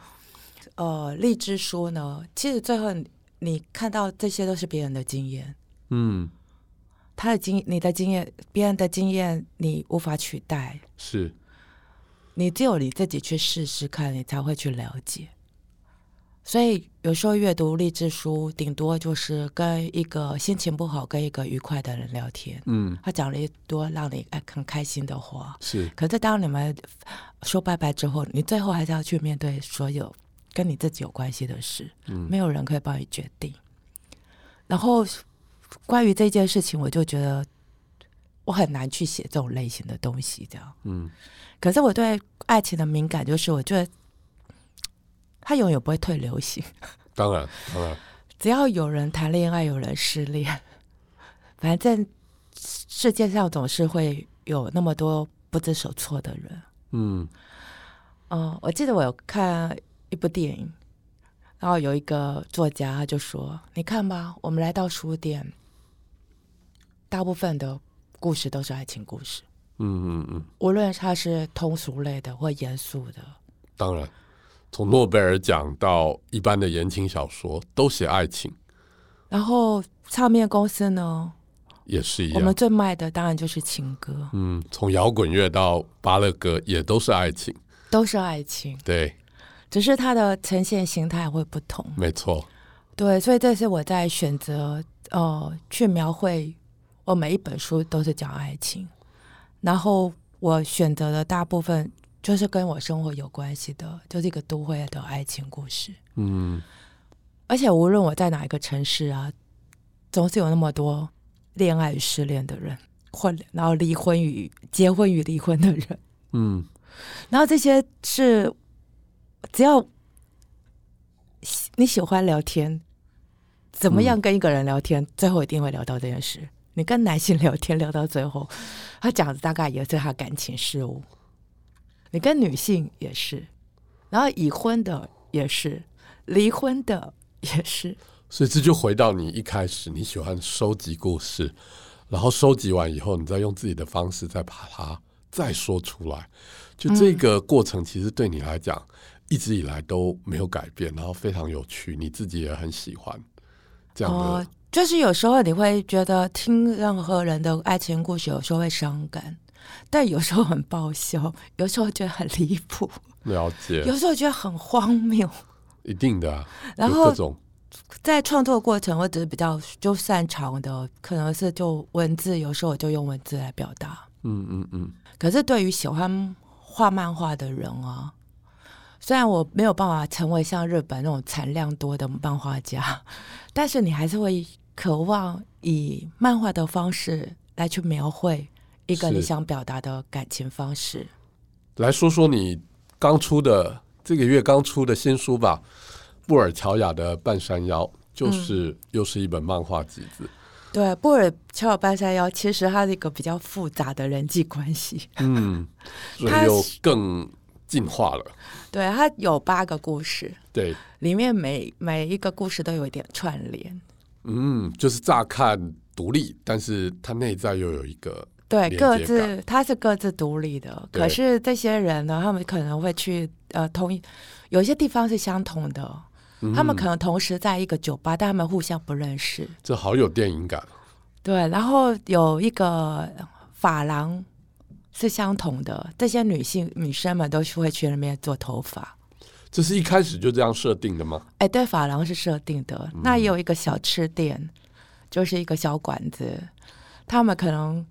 呃，励志书呢，其实最后你你看到这些都是别人的经验，
嗯，
他的经你的经验，别人的经验你无法取代，
是
你只有你自己去试试看，你才会去了解。所以有时候阅读励志书，顶多就是跟一个心情不好、跟一个愉快的人聊天，
嗯，
他讲了一多让你哎很开心的话。
是
可是当你们说拜拜之后，你最后还是要去面对所有跟你自己有关系的事，没有人可以帮你决定。然后关于这件事情，我就觉得我很难去写这种类型的东西，这样。
嗯
可是我对爱情的敏感，就是我觉得它永远不会退流行。
当然当然，
只要有人谈恋爱，有人失恋，反正世界上总是会有那么多不知所措的人。
嗯
嗯，我记得我有看一部电影，然后有一个作家他就说：“你看吧，我们来到书店，大部分的故事都是爱情故事，
嗯嗯嗯，
无论它是通俗类的或严肃的，
当然，从诺贝尔奖到一般的言情小说，都写爱情
然后唱片公司呢，
也是一
我们
样。
最卖的当然就是情歌，
嗯，从摇滚乐到巴勒歌也都是爱情，
都是爱情，
对，
只是它的呈现形态会不同。
没错，
对，所以这是我在选择呃去描绘，我每一本书都是讲爱情，然后我选择的大部分就是跟我生活有关系的，就是一个都会的爱情故事。
嗯
而且无论我在哪一个城市啊，总是有那么多恋爱与失恋的人，或然后离婚与结婚与离婚的人，
嗯
然后这些是只要喜你喜欢聊天，怎么样跟一个人聊天，最后一定会聊到这件事。你跟男性聊天聊到最后，他讲的大概也是他感情事务；你跟女性也是，然后已婚的也是，离婚的也是。
所以这就回到你一开始，你喜欢收集故事，然后收集完以后，你再用自己的方式再把它再说出来。就这个过程，其实对你来讲，一直以来都没有改变，然后非常有趣，你自己也很喜欢这样的。
哦，就是有时候你会觉得听任何人的爱情故事，有时候会伤感，但有时候很爆笑，有时候觉得很离谱，
了解，
有时候觉得很荒 谬。
一定的、啊，
然
有
后
各种
在创作过程，我只是比较就擅长的，可能是就文字，有时候我就用文字来表达。
嗯嗯嗯，
可是对于喜欢画漫画的人啊，虽然我没有办法成为像日本那种产量多的漫画家， 但是你还是会渴望以漫画的方式来去描绘一个
是
你想表达的感情方式。
来说说你刚出的这个月刚出的新书吧，布尔乔亚的《半山腰》，就是、
嗯
又是一本漫画集子。
对，布尔乔尔半山腰其实它是一个比较复杂的人际关系，
嗯，所
它
以又
是
更进化了。
对，它有八个故事。
对，
里面每每一个故事都有一点串联，
嗯，就是乍看独立，但是它内在又有一个
对，
连
各
接
自它是各自独立的，
对
可是这些人呢，他们可能会去呃同一，有一些地方是相同的，
嗯
他们可能同时在一个酒吧，但他们互相不认识，
这好有电影感。
对，然后有一个发廊是相同的，这些女性女生们都是会去那边做头发。
这是一开始就这样设定的吗？
哎，对，发廊是设定的。那也有一个小吃店，就是一个小馆子，他们可能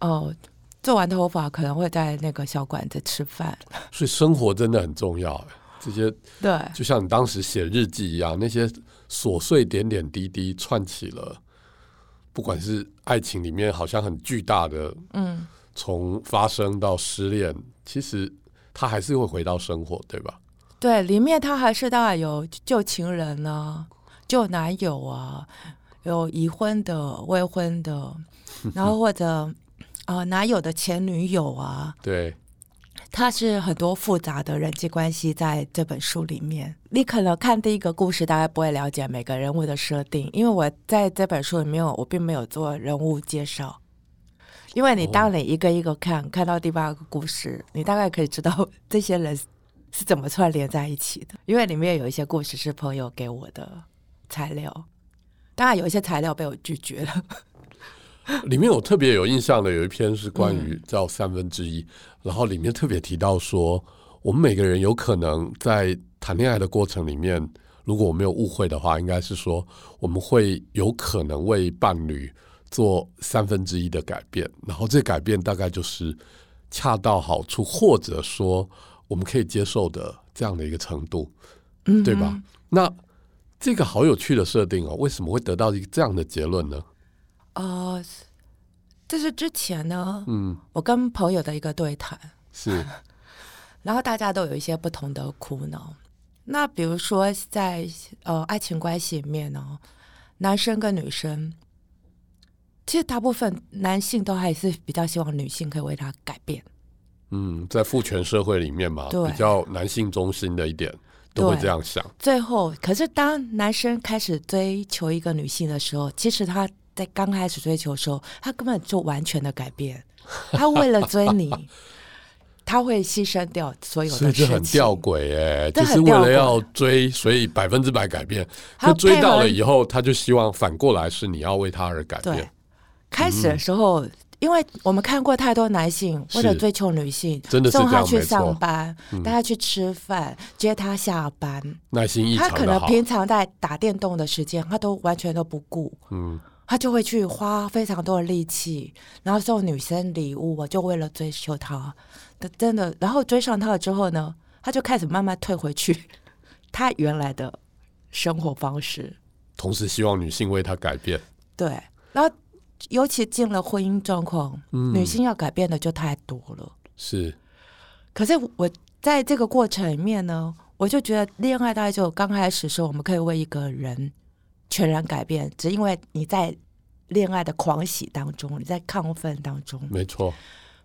呃做完头发，可能会在那个小馆子吃饭。
所以生活真的很重要、哎这些
对
就像你当时写日记一样，那些琐碎点点滴滴串起了，不管是爱情里面好像很巨大的，嗯，从发生到失恋，其实它还是会回到生活，对吧？
对，里面他还是大概有旧情人啊，旧男友啊，有已婚的、未婚的，然后或者啊、呃男友的前女友啊，
对，
它是很多复杂的人际关系在这本书里面。你可能看第一个故事，大概不会了解每个人物的设定，因为我在这本书里面，我并没有做人物介绍。因为你当你一个一个看，看到第八个故事，你大概可以知道这些人是怎么串联在一起的。因为里面有一些故事是朋友给我的材料，当然有一些材料被我拒绝了。
里面我特别有印象的有一篇是关
嗯
于叫三分之一，然后里面特别提到说，我们每个人有可能在谈恋爱的过程里面，如果我没有误会的话，应该是说我们会有可能为伴侣做三分之一的改变，然后这改变大概就是恰到好处，或者说我们可以接受的这样的一个程度，
嗯
对吧？
哼
那这个好有趣的设定哦，为什么会得到一个这样的结论呢？
呃，这是之前呢，
嗯，
我跟朋友的一个对谈，
是，
然后大家都有一些不同的苦恼。那比如说在呃爱情关系里面呢，男生跟女生，其实大部分男性都还是比较希望女性可以为他改变，
嗯，在父权社会里面嘛，
对
比较男性中心的一点，都会
对
这样想。
最后，可是当男生开始追求一个女性的时候，其实他在刚开始追求的时候，他根本就完全的改变。他为了追 你，他会牺牲掉所有
所以
的事
这
情，
很吊诡哎、
这
就
很
是为
吊
了要
诡
追，所以百分之百改变。
他
那追
配
到
合
了以后，他就希望反过来是你要为他而改
对
变。，
开始的时候，因为我们看过太多男性
嗯是
为了追求女性，
真的是
送
这
她
样
去
没错嗯
上班，带她去吃饭，接她下班，
耐心异
他
常
可
的
能
好，
平常在打电动的时间，他都完全都不顾。
嗯，
他就会去花非常多的力气，然后送女生礼物，我就为了追求她，他真的，然后追上她了之后呢，他就开始慢慢退回去 他原来的生活方式，
同时希望女性为他改变。
对，然后尤其进了婚姻状况，
嗯
女性要改变的就太多了。
是，
可是我在这个过程里面呢，我就觉得恋爱大概就刚开始的时候，我们可以为一个人全然改变，只因为你在恋爱的狂喜当中，你在亢奋当中。
没错，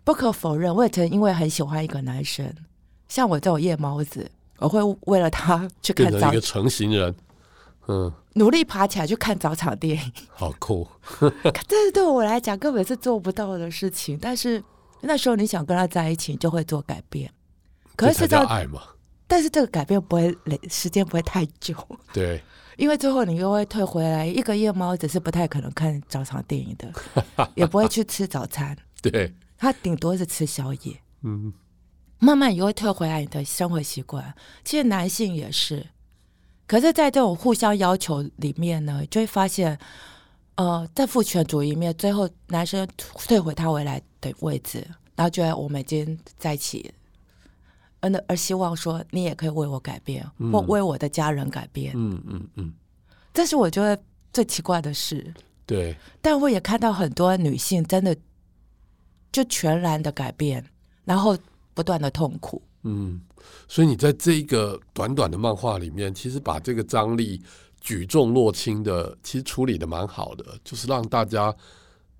不可否认，我也曾因为很喜欢一个男生，像我这种夜猫子，我会为了他去
变
看
成
早
一个，成型人，嗯，
努力爬起来去看早场电影。
好酷，
这是对我来讲根本是做不到的事情，但是那时候你想跟他在一起，你就会做改变。可
这才
是
叫
到
爱嘛。
但是这个改变不会累，时间不会太久，
对，
因为最后你又会退回来。一个夜猫子是不太可能看早场电影的，也不会去吃早餐，
对，
他顶多是吃宵夜。
嗯，
慢慢你又会退回来你的生活习惯。其实男性也是，可是，在这种互相要求里面呢，就会发现，呃，在父权主义里面，最后男生退回他未来的位置，然后觉得我们已经在一起，而而希望说你也可以为我改变，或为我的家人改变。
嗯嗯嗯，
这是我觉得最奇怪的事。
对，
但我也看到很多女性真的就全然的改变，然后不断的痛苦。
嗯，所以你在这一个短短的漫画里面，其实把这个张力举重若轻的，其实处理的蛮好的，就是让大家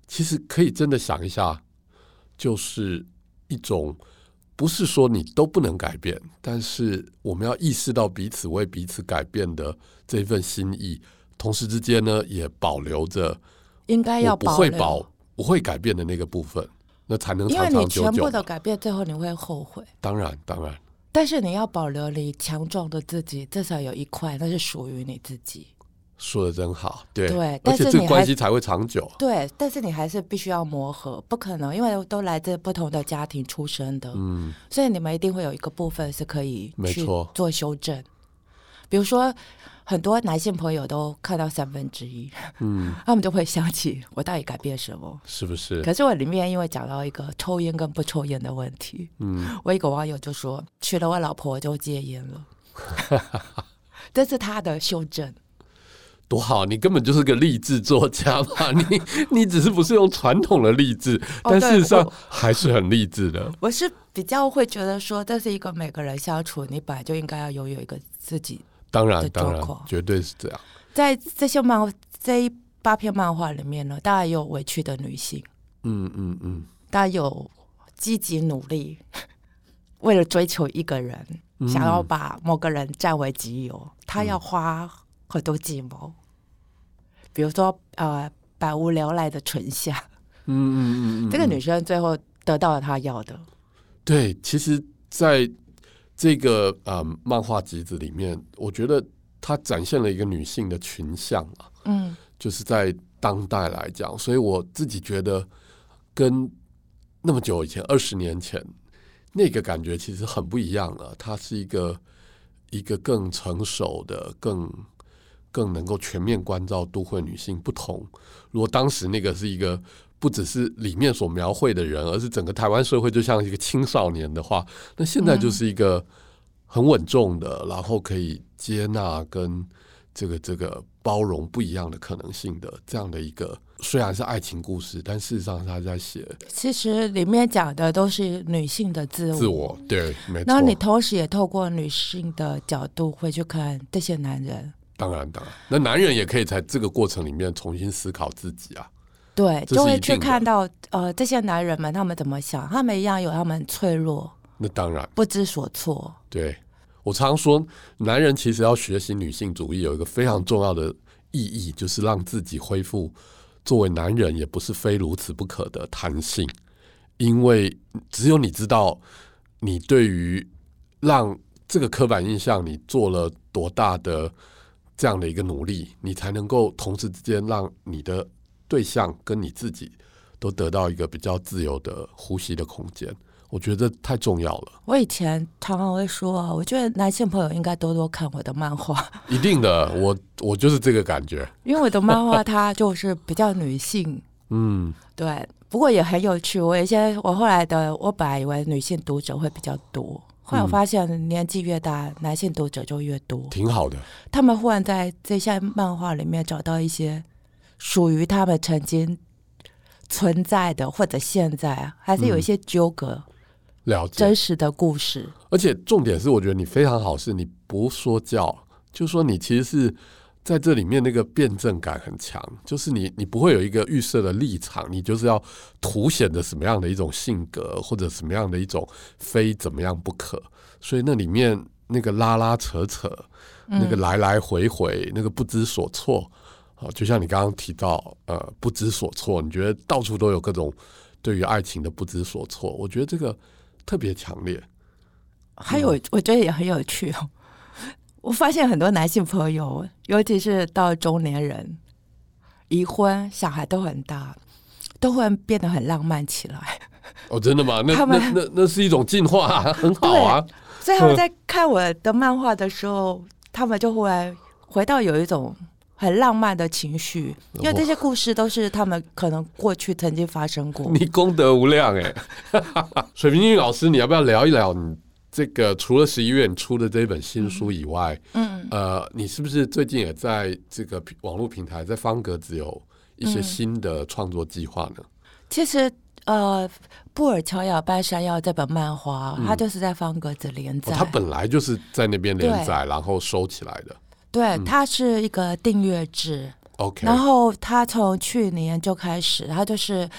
其实可以真的想一下，就是一种不是说你都不能改变，但是我们要意识到彼此为彼此改变的这份心意，同时之间呢，也保留着
应该哎要
我不
保
会
留
保不会改变的那个部分，那才能
因为
长
你
长久
全
久
部
嘛。
的改变，最后你会后悔。
当然，当然。
但是你要保留你强壮的自己，至少有一块那是属于你自己。
说的真好，对，
对
而
但
且
是
这个
你
关
还
系才会长久。
对，但是你还是必须要磨合，不可能，因为都来自不同的家庭出身的，
嗯，
所以你们一定会有一个部分是可以
没
去
错
做修正。比如说，很多男性朋友都看到三分之一，嗯， 他们就会想起我到底改变什么。
是不是？
可是我里面因为讲到一个抽烟跟不抽烟的问题，
嗯，
我一个网友就说娶了我老婆我就戒烟了， 这是他的修正。
多好！你根本就是个励志作家嘛，你你只是不是用传统的励志，
哦
但
对
事实上
我
还是很励志的。
我是比较会觉得说，这是一个每个人相处，你本来就应该要拥有一个自己。
当然
的，
当然
状况，
绝对是这样。
在这些漫这一八篇漫画里面呢，当然有委屈的女性，
嗯嗯嗯，
当然有积极努力， 为了追求一个人，
嗯
想要把某个人占为己有，他要花很多计谋，比如说呃，百无聊赖的唇下。
嗯嗯嗯嗯，
这个
嗯
女生最后得到了她要的，
对，其实在这个呃漫画集子里面，我觉得它展现了一个女性的群像啊。
嗯，
就是在当代来讲，所以我自己觉得跟那么久以前二十年前那个感觉其实很不一样了。它是一个一个更成熟的、更更能够全面关照都会女性不同。如果当时那个是一个不只是里面所描绘的人，而是整个台湾社会就像一个青少年的话，那现在就是一个很稳重的，然后可以接纳跟这个这个包容不一样的可能性的这样的一个，虽然是爱情故事，但事实上是他在写
其实里面讲的都是女性的自我，
自我。对，没
然后嗯你
错，
同时也透过女性的角度会去看这些男人，
当然当然，那男人也可以在这个过程里面重新思考自己啊。
对，
这是
就会
一
去
定的
看到呃这些男人们他们怎么想，他们一样有他们脆弱、
那当然。
不知所措。
对我常说，男人其实要学习女性主义，有一个非常重要的意义，就是让自己恢复作为男人也不是非如此不可的弹性，因为只有你知道你对于让这个刻板印象你做了多大的这样的一个努力，你才能够同时之间让你的对象跟你自己都得到一个比较自由的呼吸的空间。我觉得太重要了。
我以前常常会说，啊我觉得男性朋友应该多多看我的漫画，
一定的，我我就是这个感觉。
因为我的漫画它就是比较女性，
嗯，
对。不过也很有趣，我一些我后来的我本来以为女性读者会比较多，后来我
嗯
发现年纪越大，男性读者就越多。
挺好的。
他们忽然在这些漫画里面找到一些属于他们曾经存在的，或者现在啊还是有一些纠葛、
了解
真，实的故事。
而且重点是，我觉得你非常好，是你不说教，就说你其实是在这里面那个辩证感很强，就是你你不会有一个预设的立场，你就是要凸显着什么样的一种性格，或者什么样的一种非怎么样不可，所以那里面那个拉拉扯扯，那个来来回回，那个不知所措，啊，就像你刚刚提到，呃，不知所措，你觉得到处都有各种对于爱情的不知所措，我觉得这个特别强烈。
还有，
嗯
我觉得也很有趣哦。我发现很多男性朋友，尤其是到中年人，已婚，小孩都很大，都会变得很浪漫起来。
哦，真的吗？那
他
那
们
那那是一种进化、啊， 很好啊。
所以他们在看我的漫画的时候，他们就忽然回到有一种很浪漫的情绪，因为这些故事都是他们可能过去曾经发生过。
你功德无量哎、 水平英语老师，你要不要聊一聊你这个除了十一月你出的这本新书以外，
嗯，
呃，你是不是最近也在这个平网络平台，在方格子有一
嗯
些新的创作计划呢？哦
其实呃，布尔乔亚半山腰这本漫画，它就是在方格子连
嗯哦
载，，
它本来就是在那边连载，然后收起来的。
对，
嗯
它是一个订阅制。
OK，
然后它从去年就开始，它就是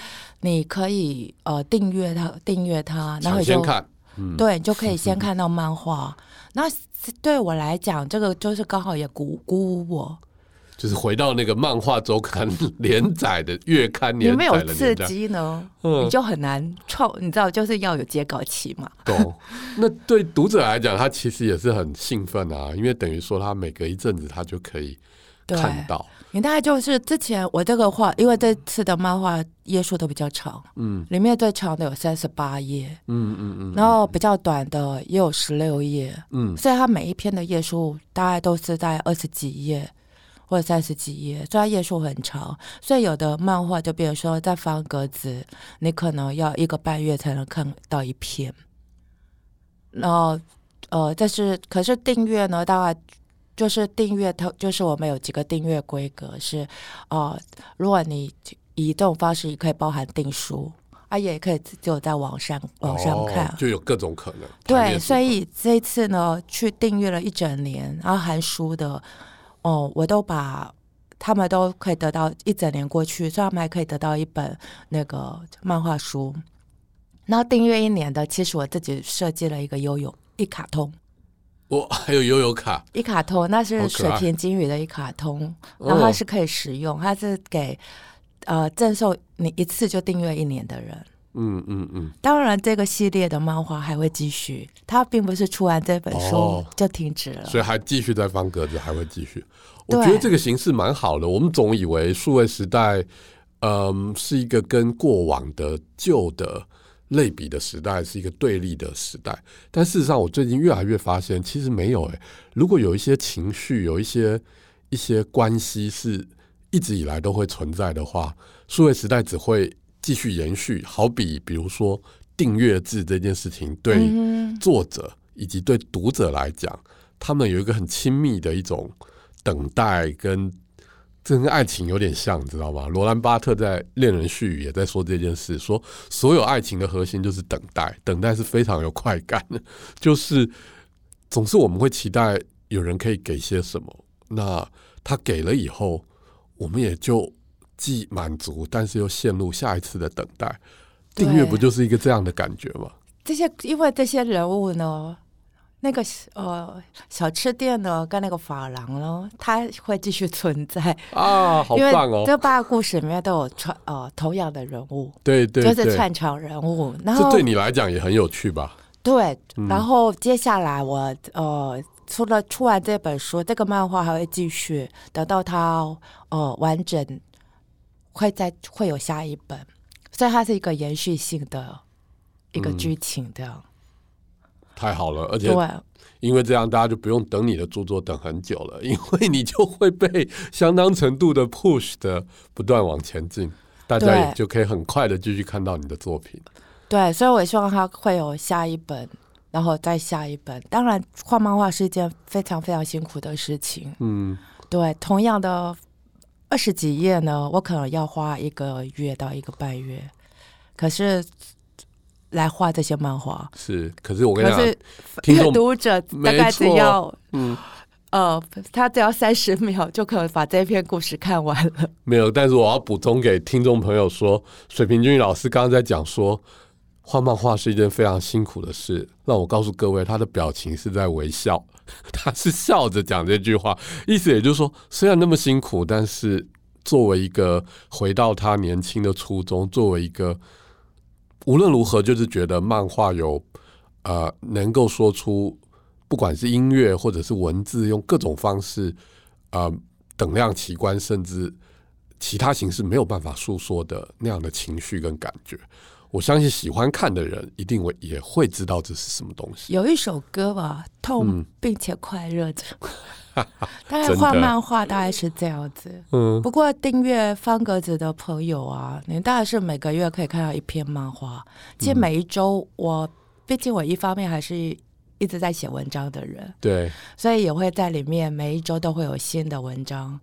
你可以呃订阅它，订阅它，然后
抢
你就
先看，
对，你就可以 先看到漫画。那对我来讲，这个就是刚好也鼓鼓舞我，
就是回到那个漫画周刊 连载的月刊
你
连
没
载
有
的
刺
年代。
激呢，
嗯
你就很难创，你知道，就是要有截稿期嘛。
懂。那对读者来讲，他其实也是很兴奋啊，因为等于说他每隔一阵子他就可以
对
看到。
你大概就是之前我这个画，因为这次的漫画页数都比较长，
嗯
里面最长的有三十八页，
嗯嗯
然后比较短的也有十六页，
嗯嗯，
所以它每一篇的页数大概都是在二十几页或者三十几页，虽然页数很长，所以有的漫画就比如说在方格子，你可能要一个半月才能看到一篇。然后，呃，但是可是订阅呢，大概就是订阅它就是我们有几个订阅规格是，呃，如果你以这种方式，也可以包含订书。啊，也可以自只有在网上网上看，
哦就有各种可能。排
对，
列组合
所以这一次呢，去订阅了一整年，然后韩书的，哦，我都把他们都可以得到一整年过去，所以他们还可以得到一本那个漫画书。然后订阅一年的，其实我自己设计了一个悠悠一卡通，
我还有悠游卡，
一卡通，那
好
是
可
水
爱
田金鱼的一卡通，
哦
然后它是可以使用，它是给呃赠送你一次就订阅一年的人。
嗯嗯嗯，
当然，这个系列的漫画还会继续，它并不是出完这本书
哦
就停止了。
所以还继续在方格子，还会继续。我
对
觉得这个形式蛮好的。我们总以呃为数位时代，嗯，是一个跟过往的旧的类比的时代，是一个对立的时代。但事实上，我最近越来越发现，其实没有诶、如果有一些情绪，有一些呃一些关系是一直以来都会存在的话，数位时代只会继续延续。好比比如说订阅制这件事情，对、
嗯哼
作者以及对读者来讲，他们有一个很亲密的一种等待跟。这跟爱情有点像，你知道吗？罗兰巴特在《恋人絮语》也在说这件事，说所有爱情的核心就是等待，等待是非常有快感的，就是总是我们会期待有人可以给些什么，那他给了以后，我们也就既满足，但是又陷入下一次的等待。
对
订阅不就是一个这样的感觉吗？
这些因为这些人物呢，那个呃小吃店呢跟那个发廊呢，它会继续存在，
啊，好
因为
棒哦！
这八个故事里面都有串呃同样的人物，
对对对，
就是串场人物。然
这
后
对你来讲也很有趣吧？
对
嗯
然后接下来我呃，除了出完这本书，这个漫画还会继续，等到它呃完整，会再会有下一本，所以它是一个延续性的一个
嗯
剧情这样。
太好了，而且
对，
因为这样，大家就不用等你的著作等很久了，因为你就会被相当程度的 push 的不断往前进，大家
对
也就可以很快的继续看到你的作品。
对，所以我希望它会有下一本，然后再下一本。当然，画漫画是一件非常非常辛苦的事情。
嗯，
对，同样的二十几页呢，我可能要花一个月到一个半月，可是来画这些漫画，
是。可是我跟
可
你讲啊
是，
听
阅
众
读者大
没
概只
错
要
嗯，
呃，他只要三十秒就可能把这篇故事看完了。
没有。但是我要补充给听众朋友说，水平君老师刚刚在讲说，画漫画是一件非常辛苦的事。让我告诉各位，他的表情是在微笑，他是笑着讲这句话，意思也就是说，虽然那么辛苦，但是作为一个回到他年轻的初衷，作为一个无论如何就是觉得漫画有呃能够说出不管是音乐或者是文字，用各种方式呃等量齐观，甚至其他形式没有办法诉说的那样的情绪跟感觉。我相信喜欢看的人一定会也会知道这是什么东西。
有一首歌吧，痛
嗯
并且快乐 着。大概
真
画
的
漫画大概是这样子。
嗯，
不过订阅方格子的朋友啊，你当然是每个月可以看到一篇漫画。其实每一周我，毕竟我一方面还是一直在写文章的人，
对，
所以也会在里面每一周都会有新的文章，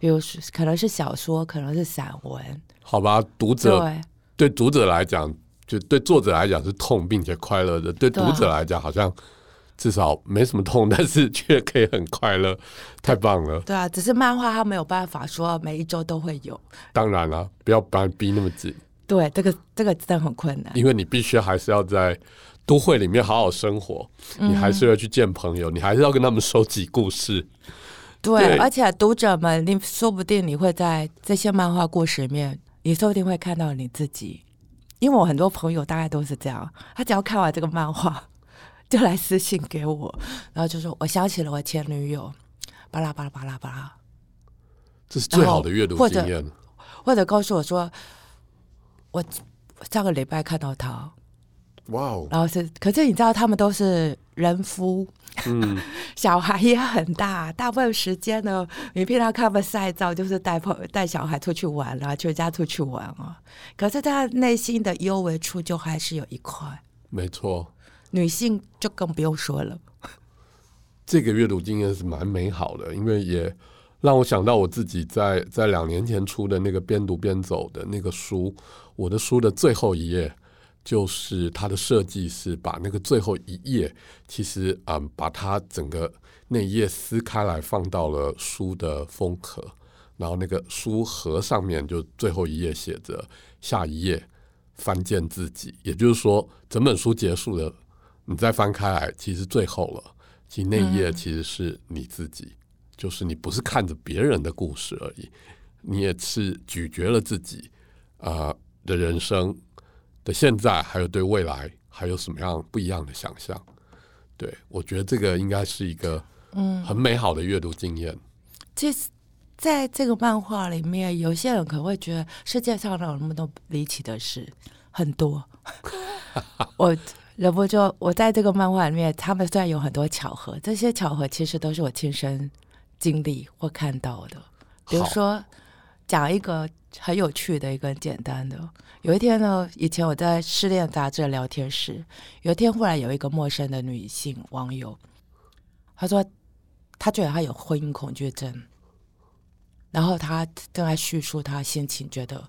比如说可能是小说，可能是散文，
好吧，读者
对
对读者来讲，就对作者来讲是痛并且快乐的；对
对啊
读者来讲，好像至少没什么痛， 但是却可以很快乐，太棒了！
对啊。只是漫画它没有办法说每一周都会有，
当然了，不要把逼那么紧，
对这个这个真的很困难。
因为你必须还是要在都会里面好好生活，你还
嗯
是要去见朋友，你还是要跟他们收集故事。
对，
对
而且读者们，你说不定你会在这些漫画故事里面，你说不定会看到你自己。因为我很多朋友大概都是这样，他只要看完这个漫画， 就来私信给我，然后就说我想起了我前女友，巴拉巴拉巴拉巴拉，
这是最好的阅读
或者
经验。
或者告诉我说我我上个礼拜看到他，
哇哦，
然后是，可是你知道他们都是人夫，
嗯，
小孩也很大，大部分时间呢，你平常看他们晒照，就是带朋带小孩出去玩啦、全家出去玩啊。可是他内心的幽微处就还是有一块，
没错，
女性就更不用说了。
这个阅读经验是蛮美好的，因为也让我想到我自己在在两年前出的那个边读边走的那个书，我的书的最后一页。就是它的设计是把那个最后一页，其实嗯，把它整个那一页撕开来，放到了书的封壳，然后那个书盒上面就最后一页写着下一页翻见自己，也就是说，整本书结束了，你再翻开来，其实最后了，其实那一页其实是你自己，就是你不是看着别人的故事而已，你也是咀嚼了自己啊、呃的人生的现在，还有对未来还有什么样不一样的想象。对，我觉得这个应该是一个嗯很美好的阅读经验。
其实，在这个漫画里面，有些人可能会觉得世界上哪有那么多离奇的事，很多。 我忍不住，我在这个漫画里面，他们虽然有很多巧合，这些巧合其实都是我亲身经历或看到的。比如
好
说，讲一个很有趣的一个简单的。有一天呢，以前我在失恋杂志的聊天室，有一天忽然有一个陌生的女性网友，她说她觉得她有婚姻恐惧症，然后她正在叙述她的心情，觉得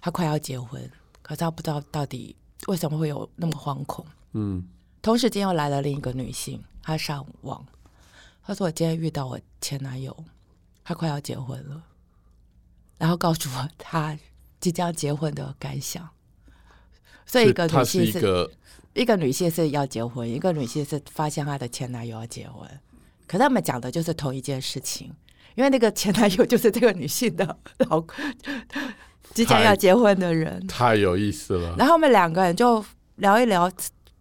她快要结婚，可是她不知道到底为什么会有那么惶恐。
嗯，
同时间又来了另一个女性，她上网，她说我今天遇到我前男友，他快要结婚了，然后告诉我他即将结婚的感想。所以一个
它
女
是
性
一
是
个
一个女性是要结婚，一个女性是发现她的前男友要结婚，可他们讲的就是同一件事情，因为那个前男友就是这个女性的老即将要结婚的人。
太有意思了，
然后我们两个人就聊一聊，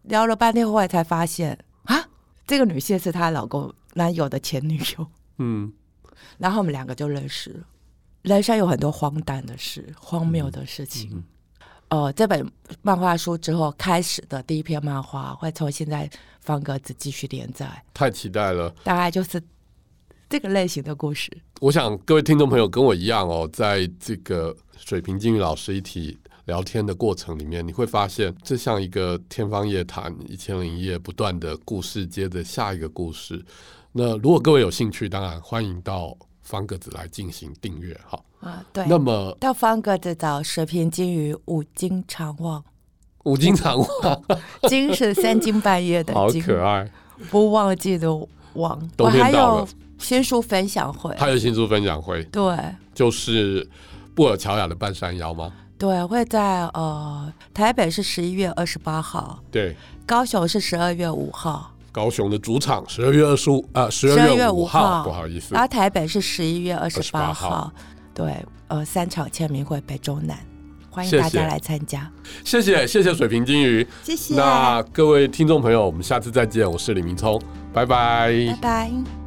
聊了半天，后来才发现啊，这个女性是她老公男友的前女友。
嗯，
然后我们两个就认识了。人生有很多荒诞的事、荒谬的事情。
嗯
呃，这本漫画书之后开始的第一篇漫画会从现在方格子继续连载，
太期待了。
大概就是这个类型的故事。
我想各位听众朋友跟我一样哦，在这个水平金鱼老师一起聊天的过程里面，你会发现这像一个天方夜谭、一千零一夜，不断的故事接着下一个故事。那如果各位有兴趣，当然欢迎到方格子来进行订阅哈。
啊，对。
那么
到方格子找水平金鱼五经常 忘，
五金长袜
经是三更半夜的
好
经，
可爱，
不忘记的忘。我
冬天
还
到
有
了
新书分享会，
还有新书分享会，
对。
就是布尔乔亚的半山腰吗？
对，会在呃台北是十一月二十八号，
对，
高雄是十二月五号，
高雄的主场十二月二十五啊，十二
12月
月
5
五
号啊
不好意思
然，后台北是十一月二十八
28号
对，呃，三场签名会北中南，欢
谢
迎
谢
大家来参加，
谢谢谢谢水平金鱼。
谢
那各位听众朋友，我们下次再见，我是李明聪，拜拜
拜拜。